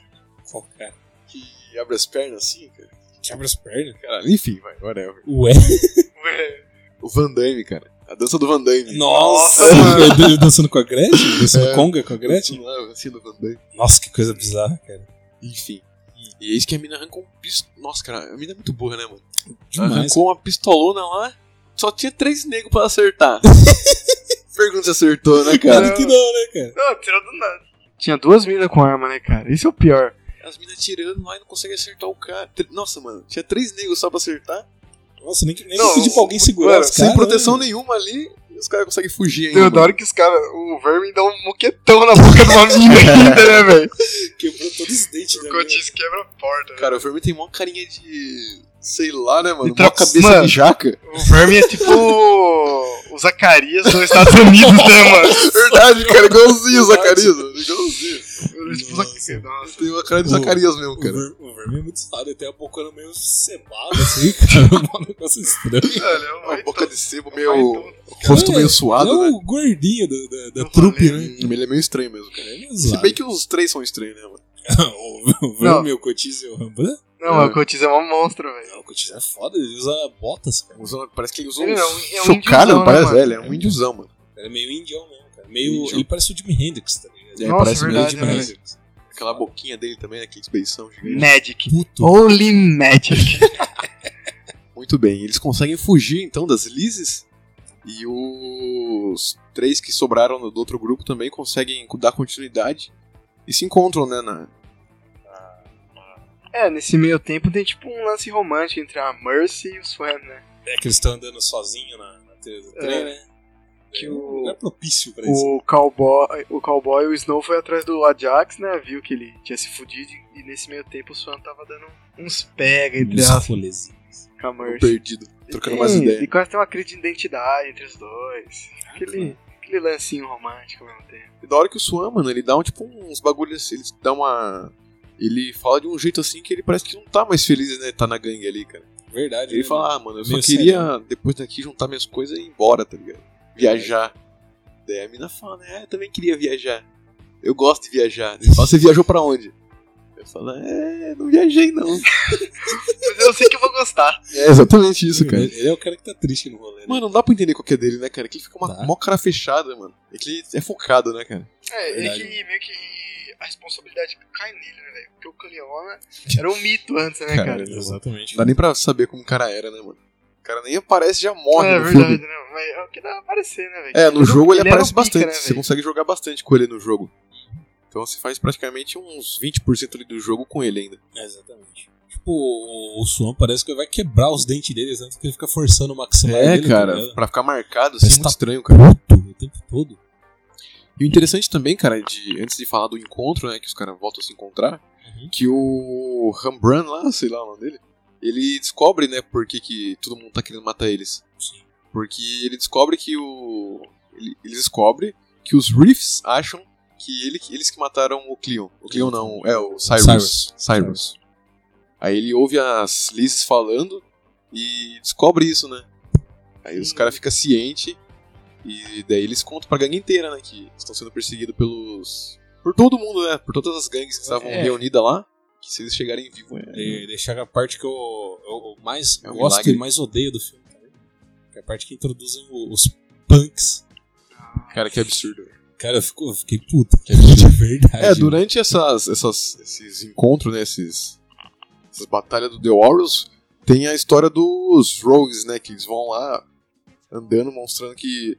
Qual, cara?
Que abre as pernas assim, cara.
Que abre as pernas?
Caralho, enfim, vai, whatever.
Ué?
velho.
O Van Damme, cara. A dança do Van Damme.
Nossa! *laughs* Eu dançando com a Gretchen? Dançando
É.
conga com a Gretchen?
Não, assim do Van Damme.
Nossa, que coisa bizarra, cara.
Enfim. E é isso que a mina arrancou um pistola. Nossa, cara, a mina é muito burra, né, mano? Ela
Demais.
Arrancou uma pistolona lá, só tinha três negros pra acertar. Pergunta se acertou, né, cara?
Claro que não, né, cara?
Não, tirou do nada. Tinha duas minas com arma, né, cara? Isso é o pior.
As minas tirando lá e não conseguem acertar o cara. Tre- Nossa, mano, tinha três negros só pra acertar.
Nossa, nem, nem
Não,
pedi pra alguém segurar
Mano,
os
sem
caras.
proteção
né?
nenhuma ali, e os caras conseguem fugir ainda.
Tem da hora que os caras, o Vermin dá um moquetão na boca do
*laughs*
homem ainda, né, velho?
Quebrou todos os dentes né,
O
dela.
Cotis quebra a porta, velho.
Cara, o Vermin tem mó carinha de. Sei lá, né, mano?
De
Mó
troca-
cabeça
mano.
de jaca.
O Vermin é tipo o Zacarias dos Estados Unidos, né, mano?
*laughs* Verdade, cara, igualzinho o Zacarias. mano, Igualzinho.
Ele é tipo o Zacarias. Nossa.
Tem uma cara de
O-
Zacarias mesmo,
O,
cara.
ver, o verme é muito estado, ele tem a boca no meio
*laughs*
cebada, assim, cara. Um negócio estranho.
Ele é um
Uma
baitão.
boca de sebo,
É um baitão.
meio. Rosto
É,
meio suado,
Ele é
né?
o gordinho da, da, da
Eu
trupe,
falei,
né?
Ele é meio estranho mesmo, cara.
Ele é
Se
zoado.
bem que os três são estranhos, né, mano?
o, o verme, o Cotis e o Rambam.
Não, mas o Cotis é um monstro, velho.
Não, o Cotis é foda, ele usa botas, cara.
Usando- parece que ele usou
Ele
um
é um- é um
chocado,
indiozão,
não parece?
né, mano?
É, ele é um indiozão, mano.
Ele é meio indião mesmo, cara. Meio,
Indião.
Ele parece o Jimi Hendrix, tá ligado?
É,
Nossa,
parece
verdade,
meio
né,
demais. Aquela boquinha dele também, né? Aquele beição gigante.
Magic.
Puto.
Holy Magic.
Muito bem, eles conseguem fugir então das lises e os três que sobraram do outro grupo também conseguem dar continuidade e se encontram, né? Na...
*laughs* É, nesse meio tempo tem tipo um lance romântico entre a Mercy e o Swan, né?
É que eles estão andando sozinhos na, na trilha do trem,
É.
né?
Que
É,
o-
Não é propício pra isso.
O cowboy, o cowboy, o Snow foi atrás do Ajax, né? Viu que ele tinha se fudido e e nesse meio tempo o Swan tava dando uns pega entre
é
Os
as
rolezinhos.
com a Mercy.
Perdido, trocando umas ideias.
E quase tem uma crise de identidade entre os dois. Aquele, aquele lancinho romântico ao mesmo tempo.
E da hora que o Swan, mano, ele dá um, tipo uns bagulhos, ele dá uma. Ele fala de um jeito assim que ele parece que não tá mais feliz, né? Tá na gangue ali, cara.
Verdade.
Ele
né,
fala, ah, mano, eu só
Meio
queria, depois daqui, juntar minhas coisas e ir embora, tá ligado? Viajar. Daí a mina fala, né, ah, eu também queria viajar. Eu gosto de viajar. Ele *laughs* fala, você viajou pra onde? Eu falo, é, não viajei não.
Mas eu sei que eu vou gostar.
*laughs* É exatamente isso, cara.
Ele, ele é o cara que tá triste no rolê. né?
Mano, não dá pra entender qual que é dele, né, cara? Que ele fica uma
Dá.
mó cara fechada, mano. É que ele é focado, né, cara?
É, é
Verdade.
que meio que a responsabilidade cai nele, né, velho? Porque o
*laughs*
Cleona era um mito antes, né,
Cara,
cara?
ele
Exatamente.
Não dá nem pra saber como o cara era, né, mano? O cara nem aparece e já morre
é
no
verdade,
filme.
né? Mas é o que dá pra aparecer, né, velho?
É, no
Ele
jogo ele,
era
aparece
um pica,
bastante.
né,
você
velho?
consegue jogar bastante com ele no jogo. Então você faz praticamente uns 20% ali do jogo com ele ainda.
Exatamente. Tipo, o, o Swan parece que vai quebrar os dentes dele, tanto que ele fica forçando o maxilar
É,
dele.
cara,
tá ligado?
pra ficar marcado, assim,
Mas
muito
tá-
estranho, cara.
Puto, o tempo todo.
E o interessante também, cara, de, antes de falar do encontro, né, que os caras voltam a se encontrar,
Uhum.
que o Rembrandt lá, sei lá o nome dele, ele descobre, né, por que, que todo mundo tá querendo matar eles. Porque ele descobre que o... Ele, ele descobre que os Reefs acham que ele, que- eles que mataram o Cleon. O Cleon não, é o Cyrus. Cyrus.
Cyrus.
Aí ele ouve as Lizes falando e descobre isso, né. Aí os caras ficam cientes e daí eles contam pra gangue inteira, né? Que estão sendo perseguidos pelos. Por todo mundo, né? Por todas as gangues que estavam
É.
reunidas lá. Que se eles chegarem vivos. É...
E deixar a parte que eu, eu- eu mais
É um
gosto
milagre.
e mais odeio do filme. tá ligado? Que é a parte que introduzem o- os punks.
Cara, que absurdo.
Cara, eu, fico, eu fiquei puto. De verdade.
*laughs* É, durante essas, essas, esses encontros, né? Esses, essas batalhas do The Warriors, tem a história dos Rogues, né? Que eles vão lá andando, mostrando que.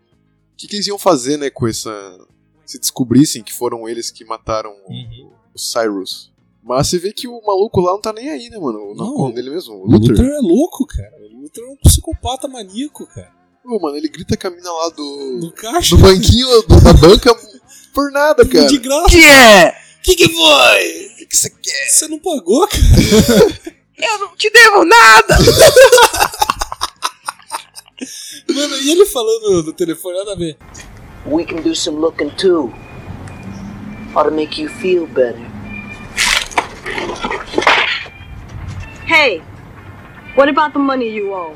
O que, que eles iam fazer, né? Com essa. Se descobrissem que foram eles que mataram o-
Uhum.
o Cyrus. Mas você vê que o maluco lá não tá nem aí, né, mano? O
Não.
nome dele mesmo, o
O Luther.
Luther.
é louco, cara. O Luther é um psicopata maníaco, cara.
Pô, mano, ele grita com a mina lá do,
No caixa.
do banquinho, do- da banca, por nada, cara.
De graça.
Que é?
Que que foi? O que, que você quer? Você não pagou, cara?
Eu não te devo nada!
Mano, e ele falando do telefone, nada a ver.
We can do some looking too. Ought to make you feel better.
Hey, what about the money you owe?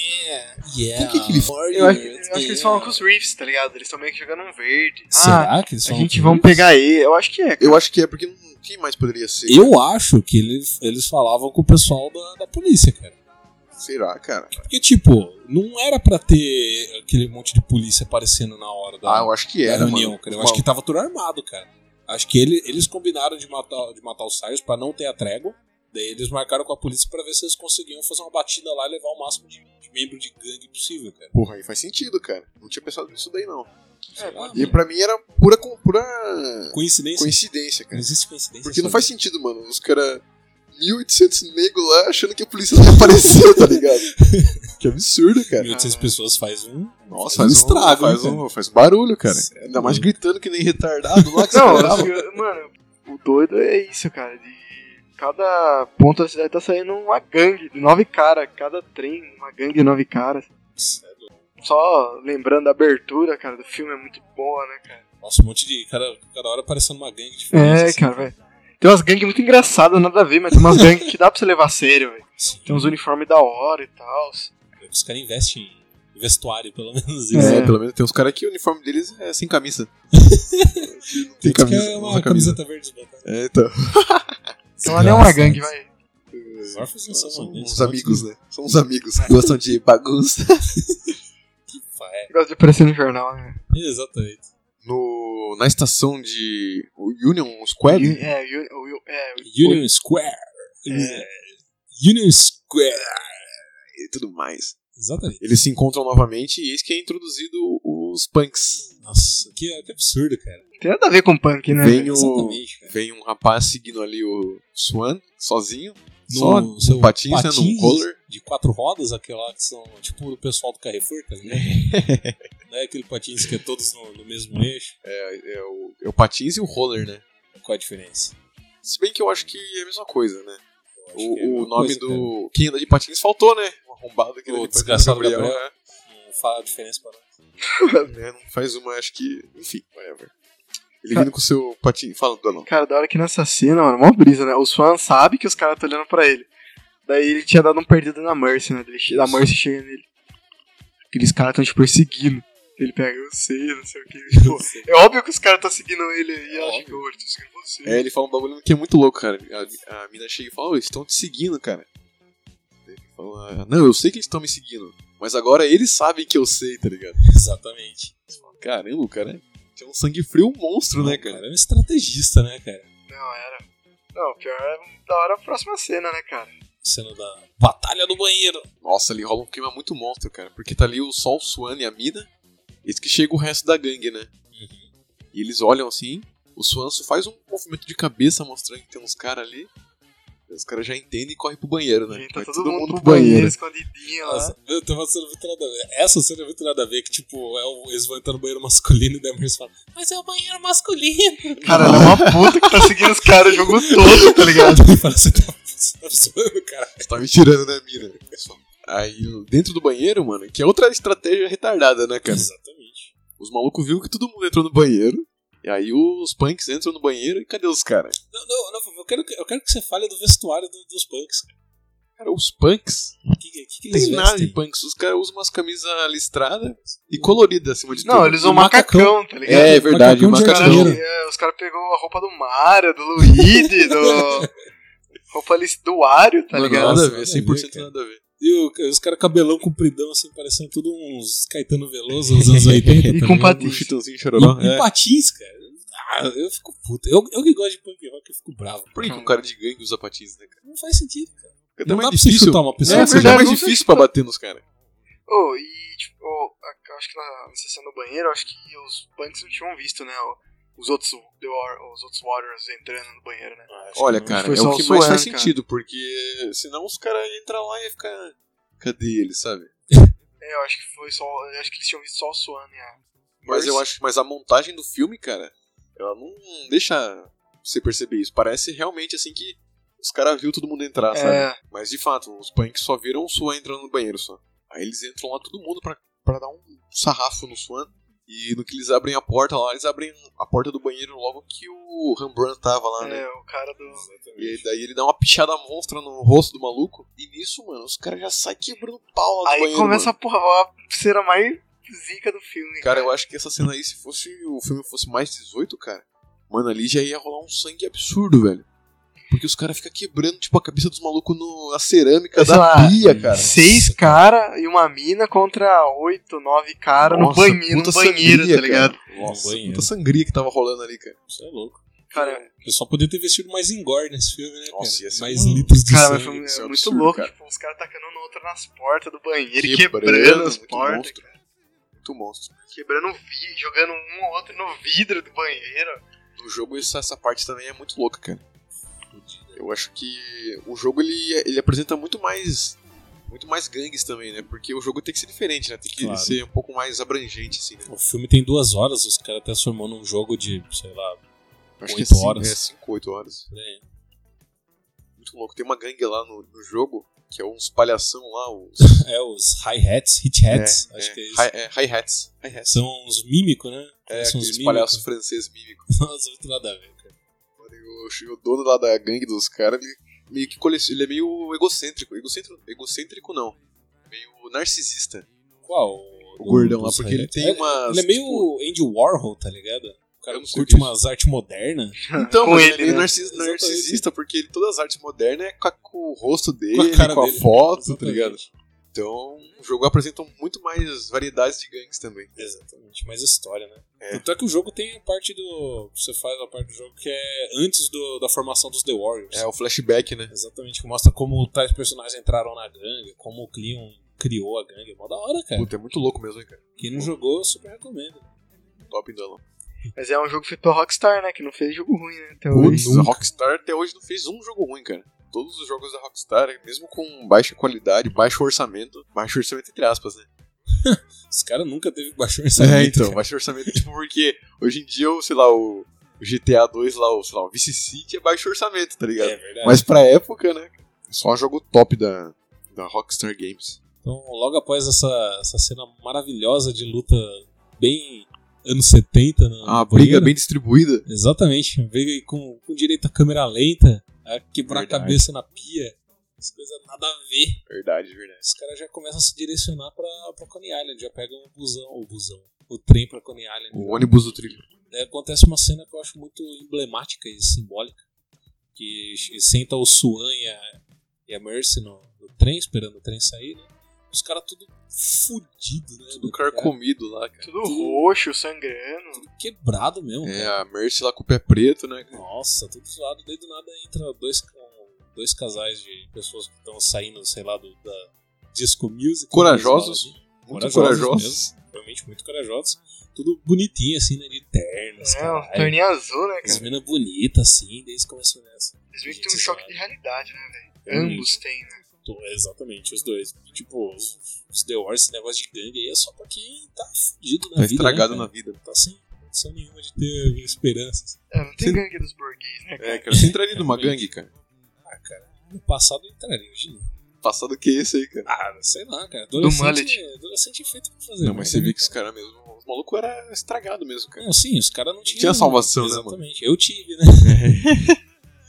Yeah. Yeah.
que que ele-
Eu acho, eu acho que eles falam com os Reefs, tá ligado? Eles estão meio que jogando um verde. Ah,
Será que eles
a
falam
gente
com
vamos
eles?
pegar ele. Eu acho que é.
Eu acho que é porque não- quem mais poderia ser?
Eu acho que eles, eles falavam com o pessoal da, da polícia, cara.
Será, cara?
Porque, tipo, não era pra ter aquele monte de polícia aparecendo na hora da,
Ah, eu acho que
da
era,
reunião,
mano.
cara. Eu acho
Bom,
que tava tudo armado, cara. Acho que ele- eles combinaram de matar, de matar os Saios pra não ter a trégua. Daí eles marcaram com a polícia pra ver se eles conseguiam fazer uma batida lá e levar o máximo de, de membro de gangue possível, cara.
Porra, aí faz sentido, cara. Não tinha pensado nisso daí, não.
É,
Sei lá,
E
mano.
pra mim era pura, com- pura
Coincidência?
coincidência,
Não
cara.
existe coincidência. né?
Porque não
sabe?
faz sentido, mano. Os caras. 1800 negros lá achando que a polícia não *laughs* apareceu, tá
*laughs*
ligado? que absurdo, cara.
1.800 pessoas faz um.
Nossa,
faz um estrago,
faz,
né,
um, faz um barulho, cara.
Sim.
Ainda mais gritando que nem retardado
*laughs*
lá que
Não,
você grava. *laughs*
eu- mano, o doido é isso, cara. De cada ponto da cidade tá saindo uma gangue de nove caras. Cada trem, uma gangue de nove caras. Só lembrando a abertura, cara, do filme é muito boa, né, cara?
Nossa, um monte de. Cada, cada hora parecendo uma gangue diferente.
É,
assim.
cara, velho. Tem umas gangues muito engraçadas, nada a ver, mas tem umas gangues que dá pra você levar a sério, velho.
Sim. é,
Tem uns uniformes da hora e tal.
Os caras investem em vestuário, pelo menos né? isso.
É,
É.
pelo menos tem uns caras que o uniforme deles é
*laughs*
sem camisa. não
Tem
tem
uns que
camisa,
é
não
uma
usa camisa.
camiseta verde né? desbotada.
É, então.
Então ela não é uma gangue, vai.
Os órfãos não são
São
uma gangue,
uns
são
amigos,
outros.
né? São uns amigos que gostam de bagunça.
É,
Gosta de aparecer no jornal, né?
exatamente.
No, na estação de Union Square,
Uni- É, uni- o- o- é,
Union Square.
É.
Union Square.
e tudo mais.
Exatamente.
Eles se encontram novamente e eis que é introduzido os punks.
Nossa, que, que absurdo, cara.
tem nada a ver com punk, né?
Vem o,
Exatamente, cara.
vem um rapaz seguindo ali o Swan, sozinho. só
No seu
patins, né, num roller.
de quatro rodas, aquela que são tipo o pessoal do Carrefour, tá ligado?
*laughs*
Não é aquele patins que é todos no, no mesmo eixo.
É, é o, é o patins e o roller, né?
Qual a diferença?
Se bem que eu acho que é a mesma coisa, né?
Eu acho que é a
O, o
mesma
nome
coisa,
do.
cara.
Quem anda de patins faltou, né? O arrombado que anda
O
de patins.
desgraçado
Gabriel,
Gabriel. Não fala a diferença pra *laughs* nós.
é, né? Não faz uma, acho que. Enfim, whatever. Ele vindo com o seu patins. Fala, Donald.
Cara, da hora que nessa cena, mano, mó brisa, né? O Swan sabe que os caras estão olhando pra ele. Daí ele tinha dado um perdido na Mercy, né? Ele che- A Mercy chega nele. Aqueles caras estão te perseguindo. Ele pega, eu sei, não sei o que. Tipo, é óbvio que os caras estão seguindo ele e ela fica, ô, eles estão seguindo você.
É, ele fala um bagulho que é muito louco, cara. A, a mina chega e fala, "Ô, eles estão te seguindo, cara. Ele fala, "Ah, não, eu sei que eles estão me seguindo. Mas agora eles sabem que eu sei, tá ligado?
Exatamente.
Caramba, o cara tinha um sangue frio monstro, né, cara?
é um estrategista, né, cara?
Não, era. Não, pior é da hora a próxima cena, né, cara?
Sendo da Batalha do Banheiro.
Nossa, ali rola um clima muito monstro, cara. Porque tá ali o Sol, o Swan e a mina. Eis que chega o resto da gangue, né?
Uhum.
E eles olham assim. O Swan só faz um movimento de cabeça mostrando que tem uns caras ali. Os caras já entendem e correm pro banheiro, né?
Gente, tá
Vai
todo, mundo, pro banheiro, escondidinho lá.
Nossa, eu tô passando muito nada a ver. Essa cena é muito nada a ver, que tipo, é o- eles vão entrar no banheiro masculino e daí a Mercy fala, mas é o banheiro
*laughs*
masculino.
Cara, ela é uma puta que tá seguindo os caras o *laughs* jogo todo, tá ligado?
Ele *laughs* fala, você tá, você tá zoando, cara.
Você tá me tirando, né, mina? Aí, dentro do banheiro, mano, que é outra estratégia retardada, né, *laughs*
Uhum.
cara?
Exatamente.
Os malucos viram que todo mundo entrou no banheiro. E aí os punks entram no banheiro e cadê os caras?
Não, não, não, eu quero, que- eu quero que você fale do vestuário do- dos punks, cara.
Cara, os punks?
O que, que, que
Não
eles
tem nada de
vestem?
punks. Os caras usam umas camisas listradas e coloridas acima de
Não,
tudo.
eles usam
E
macacão,
macacão.
tá ligado?
É, é verdade,
Macacão um de
Cara,
macacão.
jardineiro.
é, os caras pegou a roupa do Mario, do Luigi, *laughs* do. roupa ali do Wario, tá
Mano,
ligado?
nada a
Nada a
ver,
ver,
100%
cara.
nada a ver.
E o- os caras cabelão compridão, assim, parecendo tudo uns Caetano Veloso dos
*laughs*
anos 80.
E
tá
com
ligado?
patins.
Um chitãozinho chororó.
E, e
É.
patins, cara. Ah, eu fico puto. Eu, eu que gosto de punk rock, eu fico bravo.
Por que que um cara de gangue usa patins, né, cara?
Não faz sentido, cara.
Porque
Não
também
dá
é
pra você
difícil.
chutar uma pessoa.
É,
você
seja
já
mais
usa
difícil pra bater nos caras.
Oh, e, tipo, oh, a- acho que na, na sessão do banheiro, acho que os punks não tinham visto, né? o- Os outros, The War- os outros Warriors entrando no banheiro, né?
Olha,
que
cara,
foi
é
só
o
o
que mais
Suan,
faz
cara.
sentido, porque senão os caras iam entrar lá e ia ficar. Cadê ele, sabe?
É, eu acho que foi só. eu acho que eles tinham visto só o Swan é. e a.
Mas eu acho. Mas a montagem do filme, cara, ela não deixa você perceber isso. Parece realmente assim que os caras viu todo mundo entrar, sabe?
É,
Mas de fato, os punks só viram o Swan entrando no banheiro só. Aí eles entram lá todo mundo pra, pra dar um sarrafo no Swan. E no que eles abrem a porta lá, eles abrem a porta do banheiro logo que o Rembrandt tava lá, né?
É, o cara do.
E aí- daí ele dá uma pichada monstra no rosto do maluco. E nisso, mano, os caras já saem quebrando pau lá do
Aí
banheiro.
começa
mano.
a porra, a cera mais zica do filme.
Cara, eu acho que essa cena aí, se fosse o filme fosse mais 18, cara, mano, ali já ia rolar um sangue absurdo, velho. Porque os caras ficam quebrando, tipo, a cabeça dos malucos no, na cerâmica
Sei
da
lá,
pia, cara.
Seis caras e uma mina contra oito, nove caras no
Nossa,
banheiro,
puta
no banheiro
sangria,
tá ligado?
Cara. Nossa,
No banheiro.
puta sangria que tava rolando ali, cara.
Isso é louco.
Cara,
O pessoal podia ter vestido mais engorde nesse filme, né?
Nossa,
cara?
ia ser
mais
um-
litros de
cara, mas
sangue.
foi
isso é
muito
absurdo,
louco,
cara.
tipo, os caras tacando um no outro nas portas do banheiro, e
Quebrando,
quebrando, as
muito
portas,
monstro. Muito monstro.
cara, quebrando vidro, jogando um ou outro no vidro do banheiro.
No jogo, isso- essa parte também é muito louca, cara. Eu acho que o jogo ele, ele apresenta muito mais muito mais gangues também, né? Porque o jogo tem que ser diferente, né? Tem que
Claro.
ser um pouco mais abrangente, assim, né?
O filme tem duas horas, os caras transformou num jogo de, sei lá,
Eu Acho que é
Oito
5,
horas.
É 5, 8 horas.
por aí.
Muito louco. Tem uma gangue lá no, no jogo, que é uns palhação lá, os
é os hi-hats, hit-hats, *laughs* acho que é isso.
hi- é, hi-hats. Hi-hats.
São uns mímicos, né?
É,
São uns
aqueles
mímicos.
palhaços franceses
*laughs*
mímicos.
Nossa, muito nada a ver, cara.
O, o dono lá da gangue dos caras, ele meio que cole... ele é meio egocêntrico. egocêntrico. Egocêntrico não. Meio narcisista.
Qual? Do-
O gordão lá,
dos
porque ele
hi-hats?
tem
É,
umas...
Ele é meio
*laughs* tipo,
Andy Warhol, tá ligado? O cara
Eu não sei
curte
o que é
umas artes modernas.
Então,
Com
mas ele,
ele,
é meio
né?
narcis-
Exatamente.
narcisista, porque ele, todas as artes modernas é com, a- com o rosto dele,
Com
com
a
a,
cara dele.
foto, tá
Exatamente.
ligado? Então, o jogo apresenta muito mais variedades de gangues também.
Exatamente, mais história, né? Tanto é que o jogo tem a parte do. Você faz a parte do jogo que é antes do- da formação dos The Warriors.
É o flashback, né?
Exatamente, que mostra como tais personagens entraram na gangue, como o Cleon criou a gangue. Mó da hora, cara.
Puta, é muito louco mesmo, hein, cara?
Quem não jogou, eu super recomendo.
Top ainda não.
Mas é um jogo feito pela Rockstar, né? Que não fez jogo ruim, né? Até hoje.
Putz, a Rockstar até hoje não fez um jogo ruim, cara. Todos os jogos da Rockstar, mesmo com baixa qualidade, baixo orçamento, baixo orçamento entre aspas, né?
Os caras nunca teve *laughs* baixo
É,
orçamento. cara.
baixo orçamento, tipo, porque hoje em dia, o, sei lá, o o GTA 2 lá, o, sei lá, o Vice City é baixo orçamento, tá ligado?
É verdade.
Mas pra época, né? Só jogo top da, da Rockstar Games.
Então, logo após essa, essa cena maravilhosa de luta, bem anos né? 70, na
A
na
briga
banheira.
bem distribuída.
Exatamente, veio com, com direito a câmera lenta, a quebrar
Verdade.
a cabeça na pia. As coisas nada a ver.
Verdade, verdade.
os caras já começam a se direcionar pra, pra Coney Island, já pegam o busão, o busão, o trem pra Coney Island.
O ônibus do trilho.
É, acontece uma cena que eu acho muito emblemática e simbólica, que ch- senta o Swan e a, e a Mercy no, no trem, esperando o trem sair, né? Os caras tudo fudido, né?
Do
cara
carcomido lá, cara.
Tudo roxo, sangrando.
quebrado mesmo.
É,
cara.
a Mercy lá com o pé preto, né?
Nossa, tudo zoado. Daí do nada entra dois, ca- dois casais de pessoas que estão saindo, sei lá, do, da disco music.
Corajosos. Muito
Corajosos
corajosos.
realmente muito corajosos. Tudo bonitinho, assim, né? De ternos,
É, um
caralho.
torninho azul, né,
As
cara?
minas bonitas, assim, daí eles começam nessa.
Eles meio que tem um
Gente,
choque de
cara.
realidade, né, velho?
Realmente.
Ambos têm, né?
Tô- Exatamente, os dois. Tipo, os, os The Wars, esse negócio de gangue aí é só pra quem tá fudido na
Tá
vida.
estragado
né,
na
cara?
vida.
Tá sem condição nenhuma de ter assim. esperanças.
É, não tem
Sim.
gangue dos burguês, né, cara?
É, cara, você entraria numa gangue, cara.
Ah, cara, no passado eu entraria, hoje não.
Passado que é esse aí, cara.
Ah, sei lá, cara. Adolescente,
mullet.
adolescente é feito pra fazer.
Não, mas
merda,
você vê que
né,
os caras mesmo. Os malucos eram estragados mesmo,
cara?
cara.
Não, sim, Assim, os caras não tinham.
tinha salvação, né, mano?
Exatamente. Eu tive,
*laughs*
né?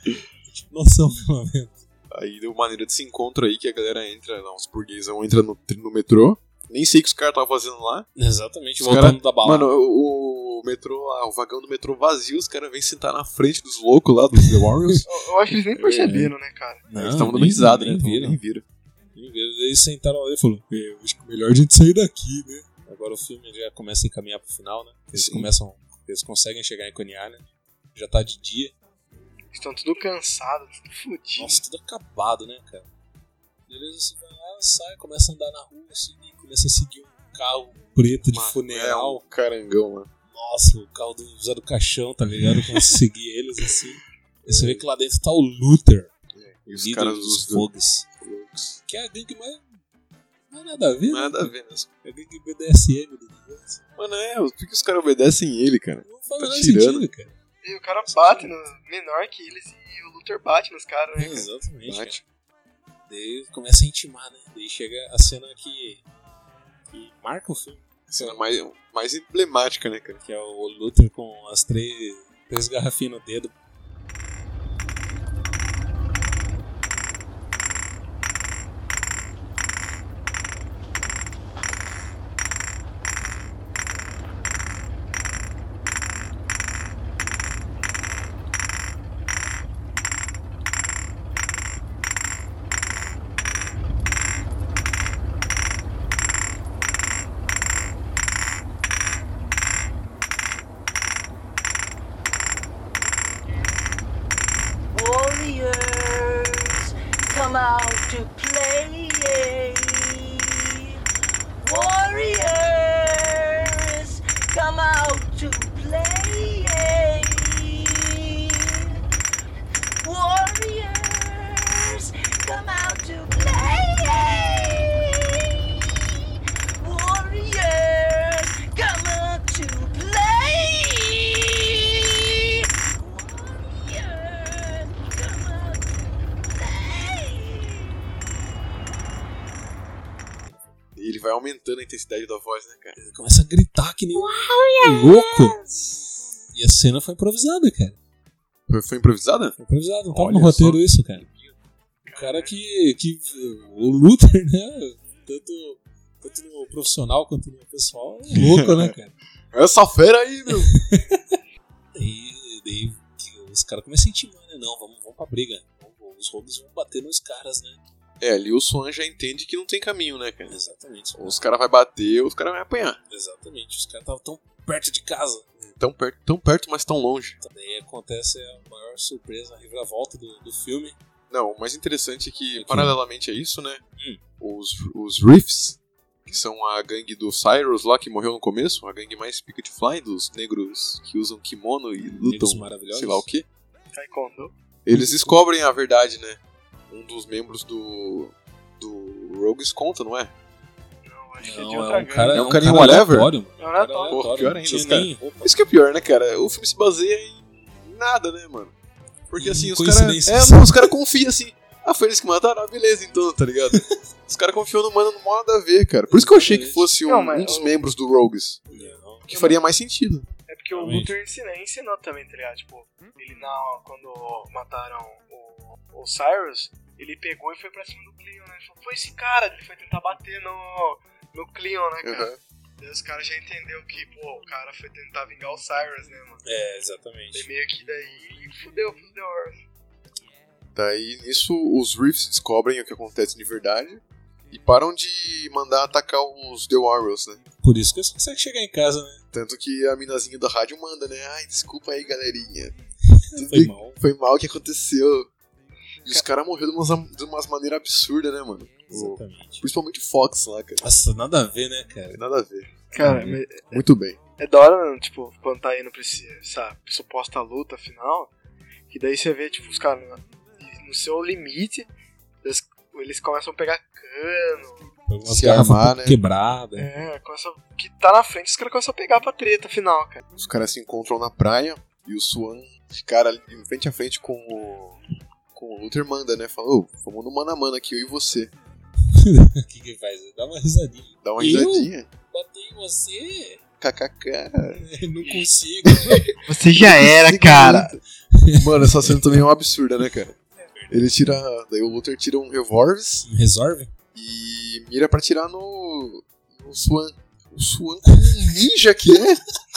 Eu tive noção, pelo menos.
Aí deu maneira desse encontro aí que a galera entra, não, os burguesão entra no, no metrô. Nem sei o que os caras estavam fazendo lá.
Exatamente,
Os
voltando
cara-
da balada.
Mano, o, o metrô, ah, o vagão do metrô vazio, os caras vêm sentar na frente dos loucos lá, dos The
*laughs*
Warriors.
Eu, eu acho que eles
É
nem perceberam, né, cara?
Não,
eles estavam dando
nem-
risada, né?
nem
então
viram.
Nem viram.
Eles sentaram lá e falaram: "É, acho que melhor a gente sair daqui, né? Agora o filme já começa a encaminhar pro final, né? Eles
Sim.
começam. Eles conseguem chegar em Coney Island. Já tá de dia.
Eles estão tudo cansados, tudo fodido.
Nossa, tudo acabado, né, cara? Beleza, você vai lá, sai, começa a andar na rua, assim, e começa a seguir um carro preto de
Mano, É
funeral.
um carangão, mano.
Nossa, o carro do Zé do Caixão, tá ligado? Começa a
*laughs*
seguir eles assim. Aí você vê que lá dentro tá o Luther,
E
o
É. os
líder
caras
dos
dos
Fogues.
loucos.
Que é a gangue mais. Não é nada a ver, né?
Nada a ver, né?
É gangue BDSM do negócio.
Mano, é, por que os caras obedecem ele, cara?
Não faz o
Tá
menor
tirando.
sentido, cara.
E o cara bate no menor que eles e o Luthor bate nos caras,
É.
né? cara?
Exatamente.
É. Bate.
cara. Daí começa a intimar, né? Daí chega a cena que, que marca o filme.
Cena mais, mais emblemática, né, cara?
Que é o Luther com as três, três garrafinhas no dedo.
Warriors, come out to play. Warriors, come out to play. Warriors, come out to play. Warriors, come out to play. Warriors, come out to play.
E ele vai aumentando a intensidade da voz, né, cara?
Ele começa a gritar que nem um louco. E a cena foi improvisada, cara.
Foi, foi improvisada?
Foi improvisado, não tava
Olha
no roteiro
só.
isso, cara. O cara que. que o Luther, né? Tanto, tanto no profissional quanto no pessoal, é louco, né, cara?
Essa fera aí, meu!
Daí, daí que os caras começam a intimar, né? Não, vamos, vamos pra briga. Vamos- Os roubos vão bater nos caras, né?
é, ali o Swan já entende que não tem caminho, né, cara?
Exatamente.
Os caras vão bater, os caras vão apanhar.
Exatamente. Os caras estavam tão perto de casa. Então,
Tão perto, tão perto, mas tão longe.
Daí acontece a maior surpresa, a reviravolta do, do filme.
Não, o mais interessante é que,
Aqui.
paralelamente a isso, né?
Hum.
Os, os Riffs, que são a gangue do Cyrus lá que morreu no começo, a gangue mais pick de fly dos negros que usam kimono e lutam,
Negros maravilhosos.
sei lá o que.
Taekwondo.
Eles descobrem a verdade, né? Um dos membros do. do Rogues conta, não é?
Acho que é de
Não,
outra
é um cara,
É
é
um
um
carinha
cara
whatever?
aleatório, mano.
É aleatório.
Cara
Porra, pior ainda,
Não
os
tinha
caras.
nem roupa.
Isso que é pior, né, cara? O filme se baseia em nada, né, mano? Porque
Em
assim, os caras.
coincidências.
É, não, os caras confiam assim. Ah, foi eles que mataram? Ah, beleza, então,
*laughs*
tá ligado? os caras confiam no mano, não nada a ver, cara. Por isso que eu achei que fosse um,
Não, mas
um dos
o-
membros do Rogues.
Não.
Que faria mais sentido.
É porque o
Realmente.
Luther ensinou, ensinou também, tá ligado? Tipo, ele na, quando mataram o, o Cyrus, ele pegou e foi pra cima do Cleon, né? Ele falou, foi esse cara, ele foi tentar bater no, no Cleon, né, cara?
Uhum.
Daí os caras já entenderam que, pô, o cara foi tentar vingar o Cyrus, né, mano?
É,
Daí
exatamente.
meio que daí fudeu, fudeu.
Daí nisso os Reefs descobrem o que acontece de verdade e param de mandar atacar os The Warriors, né?
Por isso que eles conseguem chegar em casa, né?
Tanto que a minazinha da rádio manda, né? Ai, desculpa aí, galerinha.
Foi mal.
Foi mal o que aconteceu. E os caras morreram de umas, de umas maneiras absurdas, né, mano? O-
Exatamente.
principalmente o Fox lá, cara.
Nossa, nada a ver, né, cara?
Tem nada a ver.
Cara, mas
Muito bem.
Uhum. é da hora, mano, tipo, quando tá indo pra esse- essa suposta luta final, que daí você vê, tipo, os caras no- no seu limite, eles, eles começam a pegar cano,
Algumas
Se
garrafas
armar,
um pouco
né?
quebradas.
É, começa, que tá na frente, os caras começam a pegar pra treta final, cara.
Os caras se encontram na praia e o Swan, de cara ali, de frente a frente com o. Com o Luther manda, né? Falou, ô, vamos no mano a mano aqui, eu e você.
*laughs* O que que faz? Dá uma risadinha.
Dá uma
Eu?
risadinha.
Botei em você, *laughs*
KKK.
não consigo.
Você já é. era,
*laughs* Mano, essa cena também é uma absurda, né, cara? Ele tira. Daí o Luther tira um revólver
Resolve?
e mira pra tirar no. no Swan. O Swan como um ninja que é. *laughs*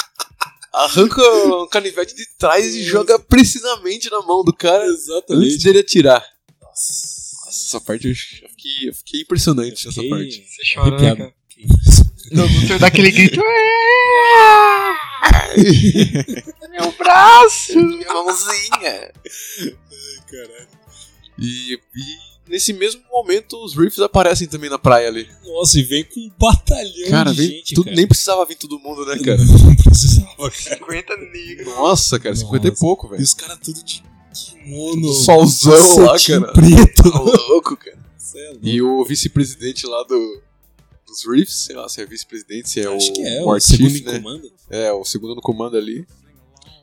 Arranca um o É um canivete de trás e joga precisamente na mão do cara antes
Exatamente.
dele atirar.
Nossa.
Nossa, essa parte eu eu fiquei, eu fiquei impressionante
Eu
essa
fiquei
*laughs* parte.
Você chora, né,
arrepiado.
cara?
Que isso?
Não, Luther dá aquele grito. Meu braço!
Minha mãozinha!
Caralho.
E, e nesse mesmo momento os Reefs aparecem também na praia ali.
Nossa, e vem com um batalhão
Cara,
de
vem
gente,
tudo,
cara.
nem precisava vir todo mundo, né, cara?
Não precisava, cara.
50 negros.
Nossa, é cara, 50 e
Nossa.
pouco,
E
velho.
os caras tudo de
um
kimono.
Solzão lá,
cetim
cara. Tá
preto.
louco, cara.
Cê é louco.
E o vice-presidente lá do, dos Reefs, sei lá se é vice-presidente, se é o,
Acho que é,
o
o segundo
Artif,
em
né?
comando.
É, o segundo no comando ali.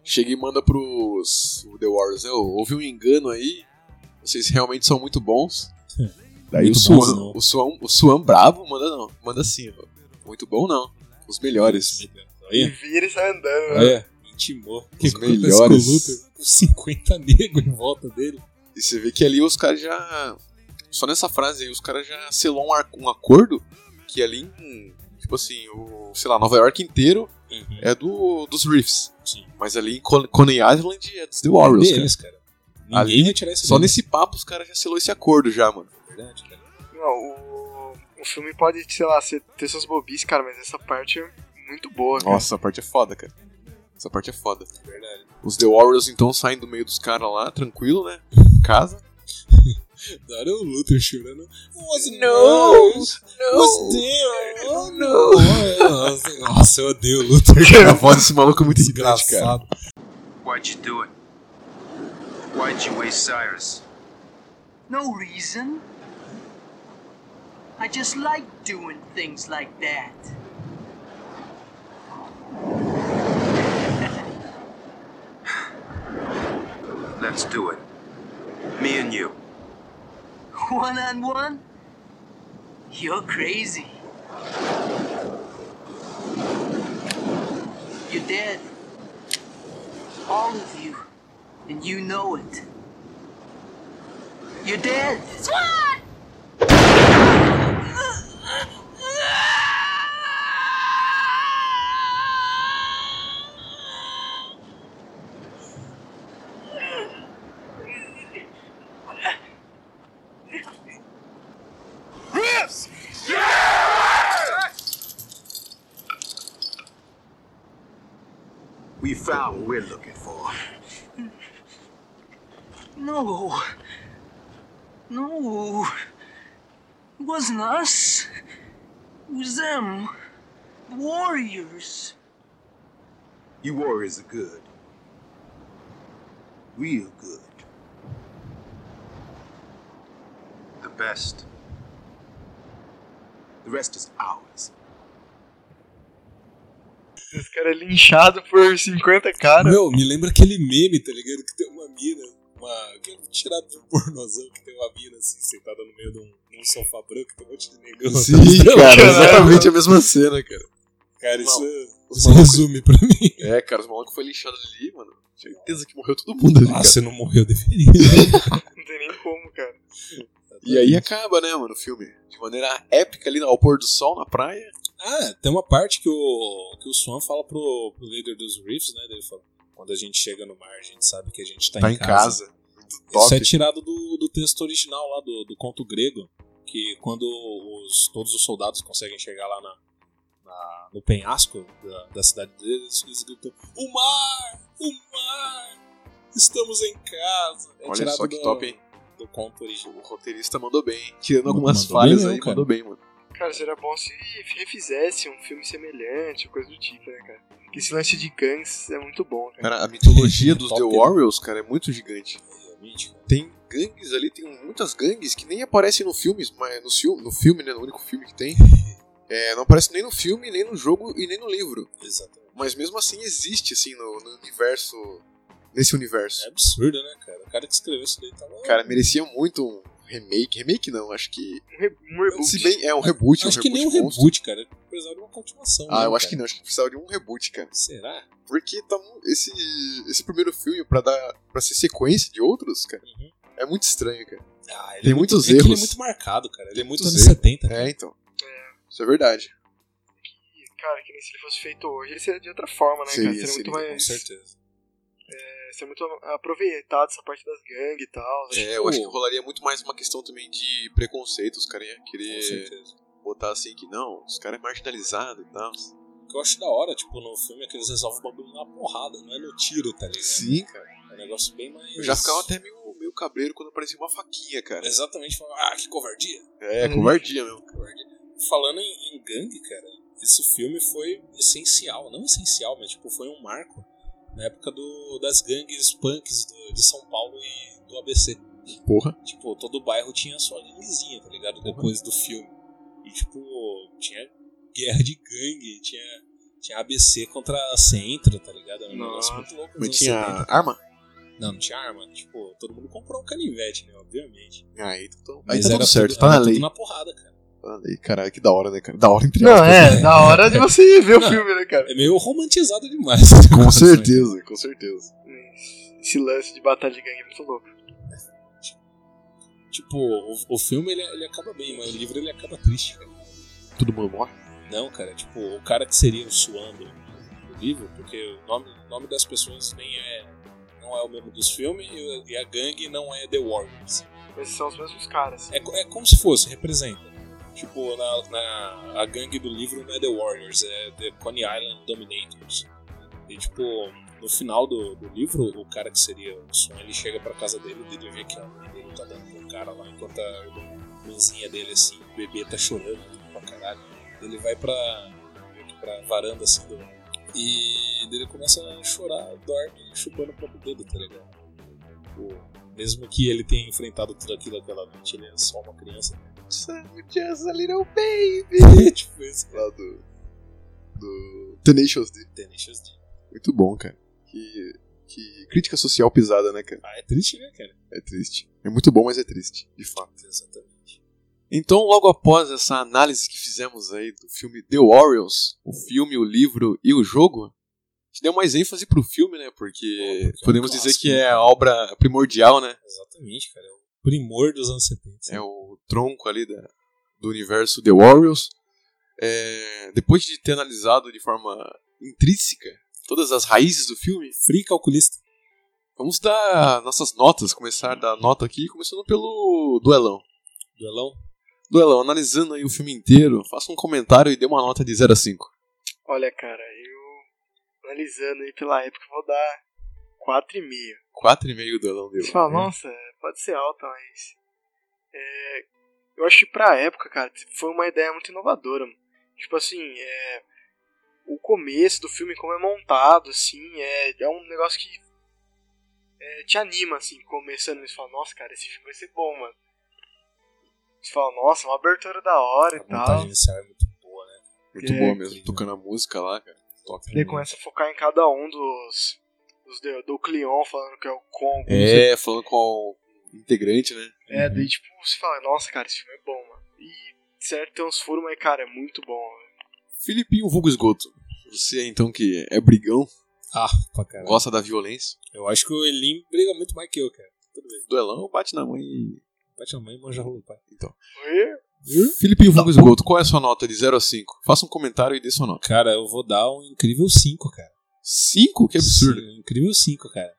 Chega e manda pros o The Warriors. né? Ô, houve um engano aí. Vocês realmente são
*laughs*
muito bons. Daí
Muito
o Suan,
bons, não.
o Suan, o Suan bravo manda não, manda assim, ó. Muito bom não. Os melhores.
E
Olha,
vira e sai andando. né?
olha, intimou. É. Que
Os
acontece
melhores.
com o Luthor? Com 50 negros em volta dele.
E você vê que ali os caras já. Só nessa frase aí, os caras já selou um, ar- um acordo que ali em. Tipo assim, o, sei lá, Nova York inteiro
Uhum.
é do, dos Reefs.
Sim.
Mas ali em Con- Coney Island é dos The Warriors, cara.
deles, cara. Ninguém vai tirar esse
Só
dele.
nesse papo os caras já selou esse acordo já, mano.
Verdade, cara.
Não, o, o filme pode, sei lá, ser- ter suas bobices, cara, mas essa parte é muito boa, cara.
Nossa, essa parte é foda, cara. Essa parte é foda.
Verdade.
Os The Warriors então saem do meio dos caras lá, tranquilo, né? Em Casa.
Da hora o Luthor chorando. Was no! Was there! Oh no! Nossa, Nossa, eu odeio o Luthor.
A voz desse maluco é muito irritante, cara.
*laughs* Desgraçado.
Why'd you do it? Why'd you waste Cyrus?
No reason. I just like doing things like that.
*laughs* Let's do it. Me and you.
One on one? You're crazy. You're dead. All of you. And you know it. You're dead.
Swan!
We found what we're looking for.
No. No. It wasn't us. It was them. The warriors.
You warriors are good. Real good. The best. The rest is ours.
Esse cara é linchado por 50 caras.
Meu, me lembra aquele meme, tá ligado? Que tem uma mina, uma. que é tirado de um pornozão que tem uma mina assim, sentada no meio de um, de um sofá branco, tem um monte de negão.
Sim, cara,
Caralho.
exatamente a mesma cena, cara.
Cara, isso,
Mal.
é
isso resume pra mim.
É, cara, os malucos foi lixado ali, mano. Certeza que morreu todo mundo ali,
Ah,
cara.
você não morreu definido. *laughs*
Não tem nem como, cara.
E
É
aí acaba, né, mano, o filme. De maneira épica ali ao pôr do sol na praia.
Ah, tem uma parte que o, que o Swan fala pro, pro líder dos Reefs, né? Daí ele fala, quando a gente chega no mar, a gente sabe que a gente tá,
Tá em casa. Muito top.
Isso é tirado do, do texto original lá, do, do conto grego, que quando os, todos os soldados conseguem chegar lá na, na- no penhasco da, da cidade deles, eles gritam, o mar! O mar! Estamos em casa! É
Olha
tirado
só que
do-
top, hein?
Do conto original.
O roteirista mandou bem, hein? Tirando algumas
Mandou
falhas
bem mesmo,
aí,
cara.
mandou bem, mano.
Cara, seria bom se refizesse um filme semelhante, coisa do tipo, né, cara? Que esse lance de gangues é muito bom, cara.
Cara, a
*laughs*
mitologia dos
Top,
The
né?
Warriors, cara, é muito gigante.
Realmente, cara.
Tem gangues ali, tem muitas gangues que nem aparecem no filmes, mas no filme, no filme, né? No único filme que tem. É, não aparece nem no filme, nem no jogo e nem no livro.
Exatamente.
Mas mesmo assim existe, assim, no, no universo. Nesse universo.
É absurdo, né, cara? O cara que escreveu isso daí tá tava...
Cara, merecia muito um remake. Remake não, acho que.
Um, re um reboot.
Se bem é um reboot,
acho
um
que
reboot
nem um
monstro.
reboot, cara. Ele precisava de uma continuação. né,
Ah, eu acho que não, acho que precisava de um reboot, cara.
Será?
Porque tá, mu- esse, esse primeiro filme, pra, dar, pra ser sequência de outros, cara,
Uhum.
é muito estranho, cara.
Ah, ele
Tem
é muito,
muitos
é que ele é
erros.
muito marcado, cara. Ele é muito
muitos
anos
erros.
70.
É, então. Isso é verdade.
Cara, que nem se ele fosse feito hoje, ele seria de outra forma, né,
Seria,
cara? Seria
seria,
muito
com
Com
mais. é,
certeza.
Seria muito aproveitado essa parte das gangues e tal. né?
É, eu acho que rolaria muito mais uma questão também de preconceito. Os caras iam
Com
querer
certeza.
botar assim que não, os caras é marginalizado e tal.
O que eu acho da hora, tipo, no filme é que eles resolvem o bagulho na porrada, não é no tiro, tá ligado?
cara.
É um negócio bem mais.
Eu já ficava até meio, meio cabreiro quando aparecia uma faquinha, cara.
Exatamente, falava, ah, que covardia.
É, covardia mesmo.
covardia. Falando em, em gangue, cara, esse filme foi essencial. Não essencial, mas, tipo, foi um marco na época do, das gangues punks do- de São Paulo e do ABC.
Porra.
Tipo, todo bairro tinha sua ganguezinha, tá ligado? Depois do filme. E, tipo, tinha guerra de gangue, tinha, tinha ABC contra a Centro, tá ligado? Era um negócio
Nossa.
muito louco. nos
Mas
anos
tinha
70.
arma?
Não, não tinha arma. Tipo, todo mundo comprou um canivete, né? Obviamente.
Aí, então, aí
Mas
tá
era
tudo certo,
tudo-
tá na
era tudo
lei.
na porrada, cara.
Olha aí, caralho, que da hora, né, cara? Da hora entre
Não,
aspas,
é,
né?
da hora de você ver o
Não.
filme, né, cara?
É meio romantizado demais.
*laughs*
*laughs*
Com certeza, com certeza.
Esse lance de batalha de gangue é muito louco.
Tipo, o, o filme ele, é, ele acaba bem, mas o livro ele acaba triste, cara.
Tudo mundo morre.
Não, cara, tipo, o cara que seria o Suan do, do livro, porque o nome, o nome das pessoas nem é. não é o mesmo dos filmes e, o- e a gangue não é The Warriors.
Esses são os mesmos caras.
É, co- é como se fosse, representa. Tipo, na, na- a gangue do livro não é The Warriors, é The Coney Island Dominators. E tipo, no final do, do livro, o cara que seria o Sun, ele chega pra casa dele, o dedo vê que a mãe dele tá dando pro cara lá, enquanto a irmãzinha dele, assim, o bebê tá chorando pra caralho. Ele vai pra, meio que pra varanda, assim, do... e ele começa a chorar, dorme, chupando o próprio dedo, tá ligado? Tipo, mesmo que ele tenha enfrentado tudo aquilo aquela noite, ele é só uma criança.
Just a little baby. *laughs*
tipo, esse
Lá do. Do. Tenacious D.
Tenacious D.
Muito bom, cara. Que, que crítica social pisada, né, cara?
Ah, é triste, né, cara?
É triste. É muito bom, mas é triste, de fato.
Exatamente.
Então, logo após essa análise que fizemos aí do filme The Warriors, o filme, o livro e o jogo, a gente deu mais ênfase pro filme, né? Porque,
Pô, porque é um
podemos dizer
clássico,
que
né?
é a obra primordial, né?
Exatamente, cara. É o primor dos anos 70.
É o tronco ali da- do universo The Warriors. É, depois de ter analisado de forma intrínseca todas as raízes do filme,
Free calculista.
vamos dar nossas notas, começar a dar nota aqui, começando pelo duelão.
Duelão.
Duelão, analisando aí o filme inteiro, faça um comentário e dê uma nota de 0 a 5.
Olha, cara, eu analisando aí pela época, eu vou dar 4,5.
4,5 do Elon deu.
Você fala, nossa, pode ser alta, mas. é, eu acho que pra época, cara, foi uma ideia muito inovadora. Mano. Tipo assim, é, o começo do filme, como é montado, assim, é, é um negócio que é, te anima, assim, começando. Você fala, nossa, cara, esse filme vai ser bom, mano. Você fala, nossa, uma abertura da hora
A
Ah.
e tal.
montagem inicial é muito boa, né?
Muito
É,
boa mesmo,
incrível.
tocando a música lá, cara. Top.
Ele começa a focar em cada um dos. dos do, do Cleon falando que é o Congo.
É, falando com o integrante, né?
É, daí tipo, você fala, nossa, cara, esse filme é bom, mano. E certo, tem uns furos, mas, cara, é muito bom. velho.
Filipinho Vulgo Esgoto. Você então que é brigão,
Ah, pra caralho.
gosta da violência.
Eu acho que o Elim briga muito mais que eu, cara. Tudo bem.
Duelão, bate na mãe e.
Bate a mãe e manja o pai.
Oi?
Filipinho Vulgo Esgoto, qual é a sua nota de 0 a 5? Faça um comentário e dê sua nota.
Cara, eu vou dar um incrível 5, cara.
5? Que absurdo.
Sim, um incrível 5, cara.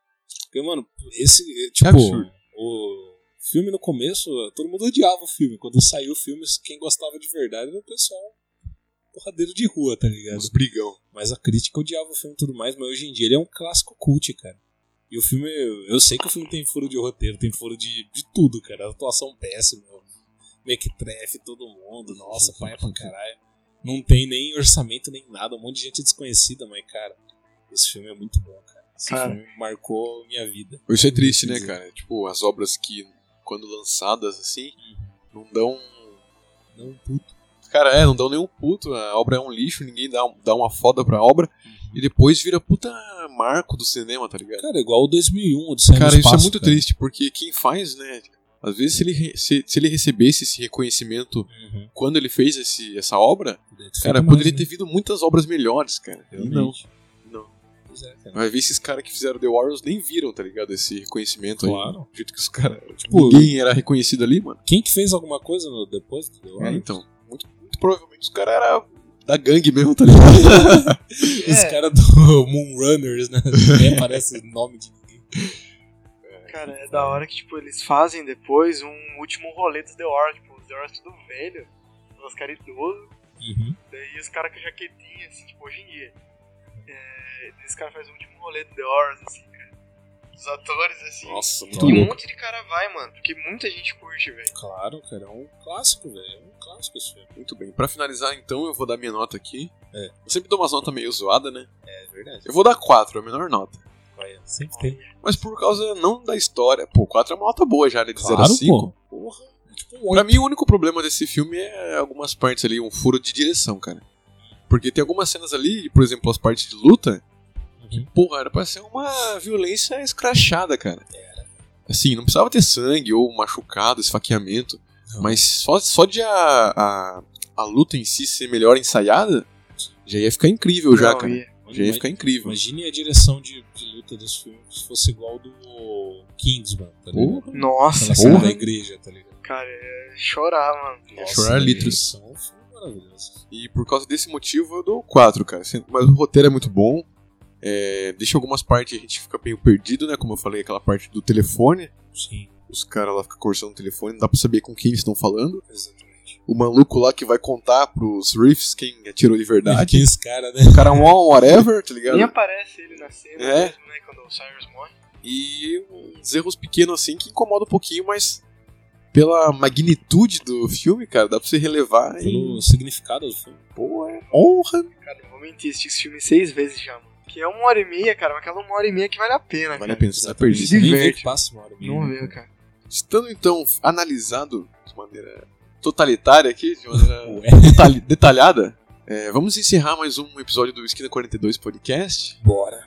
Porque, mano, esse. Tipo,
absurdo.
o filme no começo, todo mundo odiava o filme. Quando saiu o filme, quem gostava de verdade era o pessoal porradeiro de rua, tá ligado?
É, Os brigão.
Mas a crítica odiava o filme e tudo mais, mas hoje em dia ele é um clássico cult, cara. E o filme, eu sei que o filme tem furo de roteiro, tem furo de, de tudo, cara. Atuação péssima, meio que trefe todo mundo, nossa, pai pra caralho. Não tem nem orçamento nem nada, um monte de gente desconhecida, mas, cara, esse filme é muito bom, cara. Esse
Cara.
filme marcou minha vida.
Isso é triste, né,
Entendi.
cara? Tipo, as obras que, quando lançadas assim, não dão
Não, puto.
Cara, é, não dão nenhum puto, a obra é um lixo, ninguém dá, dá uma foda pra obra, e depois vira puta marco do cinema, tá ligado?
Cara, é igual o 2001, Odisseia no
Cara, isso é
um, Espaço,
muito
cara.
triste, porque quem faz, né, às vezes se ele, re- se, se ele recebesse esse reconhecimento
Uhum.
quando ele fez esse, essa obra,
Poderia ter
cara,
feito
poderia
mais, né?
ter vindo muitas obras melhores, cara. E Não.
Realmente.
não.
Pois é, cara.
Vai ver esses caras que fizeram The Warriors nem viram, tá ligado? Esse reconhecimento aí.
Claro.
Do jeito que os caras.
Tipo,
Ninguém era reconhecido ali, mano.
quem que fez alguma coisa no, depois do The
É,
Warriors?
então. Muito, muito provavelmente os caras eram da gangue mesmo, tá ligado? *laughs*
Os
É.
caras do *laughs* Moonrunners, né?
*laughs*
Nem parece nome de ninguém.
Cara, é da hora que, tipo, eles fazem depois um último rolê do The War, tipo, os The War tudo velho, os caras idosos,
Uhum.
daí os caras com jaquetinha, assim, tipo, hoje em dia. É, daí os caras fazem o último rolê do The War, assim, cara. Os atores, assim.
Nossa,
e
muito
um
louco.
monte de cara vai, mano, porque muita gente curte, velho.
Claro, cara, é um clássico, velho. É um clássico esse filme.
Muito bem. Pra finalizar, então, eu vou dar minha nota aqui.
É.
Eu sempre dou umas notas meio zoadas, né?
É verdade.
Eu vou dar 4, a menor nota.
Sempre tem.
Mas por causa não da história. Pô, 4 é uma nota boa já, né? De
Claro,
0 a 5.
pô. Porra. É tipo um
Pra mim, o único problema desse filme é algumas partes ali, um furo de direção, cara. Porque tem algumas cenas ali, por exemplo, as partes de luta, que,
Uhum.
porra, era pra ser uma violência escrachada, cara. Assim, não precisava ter sangue ou machucado, esfaqueamento. Mas só, só de a, a, a luta em si ser melhor ensaiada, já ia ficar incrível já,
Não,
cara.
e-
Já ia ficar incrível.
Imagine a direção de, de luta desse filme se fosse igual do Kingsman, tá ligado?
Nossa,
Aquela cena
porra. é
da igreja, tá ligado?
cara, é chorar, mano.
chorar
a
litros.
direção foi maravilhosa.
E por causa desse motivo eu dou 4, cara. Assim, Mas o roteiro é muito bom. É, deixa algumas partes a gente fica meio perdido, né? Como eu falei, aquela parte do telefone.
Sim,
Os caras lá ficam conversando no telefone, não dá pra saber com quem eles estão falando.
exatamente.
O maluco lá que vai contar pros Reefs quem atirou de
Aqui
verdade.
esse cara, né?
O cara é um all whatever, tá ligado?
Nem aparece ele na cena
É.
mesmo, né? Quando o Cyrus morre.
E uns erros pequenos assim que incomodam um pouquinho, mas pela magnitude do filme, cara, dá pra você relevar e.
Pelo significado do filme.
Pô, é honra!
Cara, eu vou mentir, assisti esse filme seis vezes já, mano. Que é uma hora e meia, cara, mas aquela uma hora e meia que vale a pena,
Vale a
cara.
pena, você tá
Exatamente.
perdido.
Se
Nem vê
diverte.
que passa uma hora e meia.
Não vê, cara.
Estando então analisado de maneira totalitária aqui,
*laughs*
de maneira
Ué.
detalhe- detalhada, é, vamos encerrar mais um episódio do Esquina 42 Podcast,
Bora.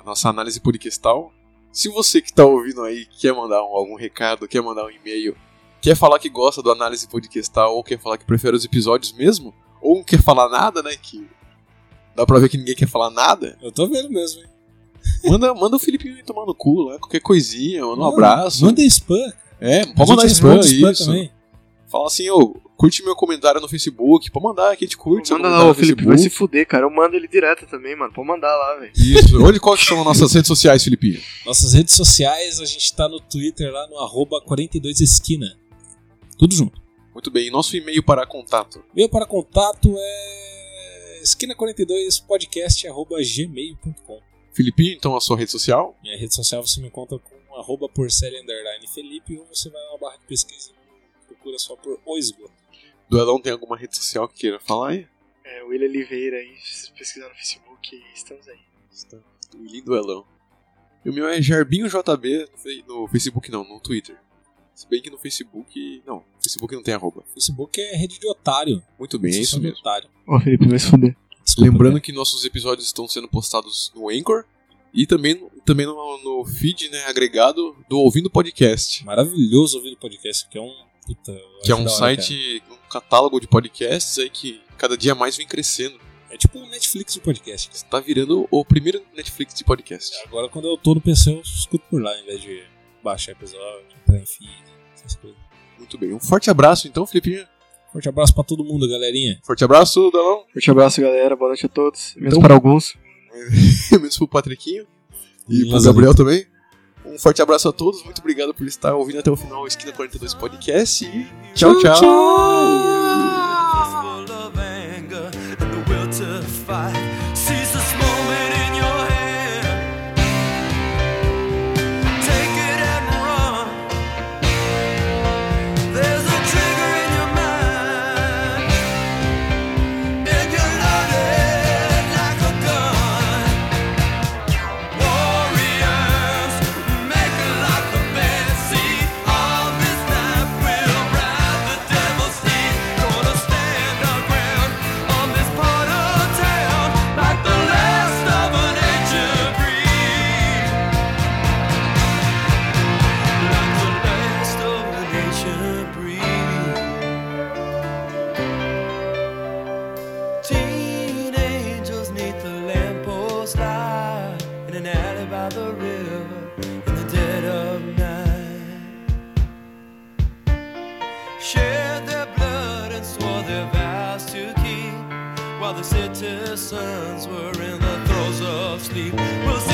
a nossa análise podcastal. Se você que está ouvindo aí quer mandar um- algum recado, quer mandar um e-mail, quer falar que gosta do análise podcastal ou quer falar que prefere os episódios mesmo, ou não quer falar nada, né? Que dá pra ver que ninguém quer falar nada,
Eu tô vendo mesmo, hein?
manda, manda o Filipinho ir tomar no cu lá, qualquer coisinha, manda um
Mano,
abraço.
Manda spam.
É,
A
pode
gente
mandar spam,
responde
isso. Fala assim, ô, curte meu comentário no Facebook, pode mandar que a gente curte. seu
Manda
comentário
lá,
no
o Felipe vai se fuder, cara. Eu mando ele direto também, mano. Pode mandar lá, velho.
Isso, onde qual que são as nossas redes sociais, Felipe?
Nossas redes sociais, a gente tá no Twitter lá no arroba 42esquina. Tudo junto.
Muito bem, nosso e-mail para contato.
Meu para contato é esquina42podcast.gmail.com
Filipinho, então a sua rede social.
Minha rede social você me encontra com arroba porcelli underline Felipe ou você vai lá na barra de pesquisa e procura só por O Esgoto.
Duelão tem alguma rede social que queira falar aí?
É, William Oliveira aí, se pesquisar no Facebook, estamos aí.
Willy Duelão. E o meu é Jarbinho JB no fe- no Facebook não, no Twitter. Se bem que no Facebook. Não, Facebook não tem arroba.
Facebook é rede de otário.
Muito bem, é
Sou
isso
só de
mesmo.
Otário.
Ô, Felipe, vai se fuder.
Desculpa,
Lembrando
né?
que nossos episódios estão sendo postados no Anchor e também, no- também no, no feed né, agregado do Ouvindo Podcast,
Maravilhoso ouvir o podcast, que é um. Puta, eu
que é
acho
um
da hora,
site, um catálogo de podcasts aí que cada dia mais vem crescendo.
cara. É tipo um Netflix do podcast. cara.
Está virando o primeiro Netflix de podcast.
Agora, quando eu tô no PC, eu escuto por lá, em vez de baixar episódio, entrar em feed, essas coisas.
Muito bem. Um forte abraço então, Felipinho.
Forte abraço pra todo mundo, galerinha.
Forte abraço, Dalão. *laughs*
Forte abraço, galera. Boa noite a todos. Menos para alguns.
Menos pro Patriquinho e pro
Lazarento.
Gabriel também. Um forte abraço a todos. Muito obrigado por estar ouvindo até o final o Esquina 42 Podcast. E tchau, tchau.
full of anger and the will to fight. Seize this moment in your hand. Take it and run. There's a trigger in your mind. And you're loaded like a gun. Warriors, make a lot of men see. All this time we'll ride the devil's teeth. Gonna stand our ground on this part of town like the last of an ancient breed. Like the last of an ancient breed. Teen angels neath the lamppost lie in an alley by the river in the dead of night. Shared their blood and swore their vows to keep while the city sons were in the throes of sleep. We'll see Oh,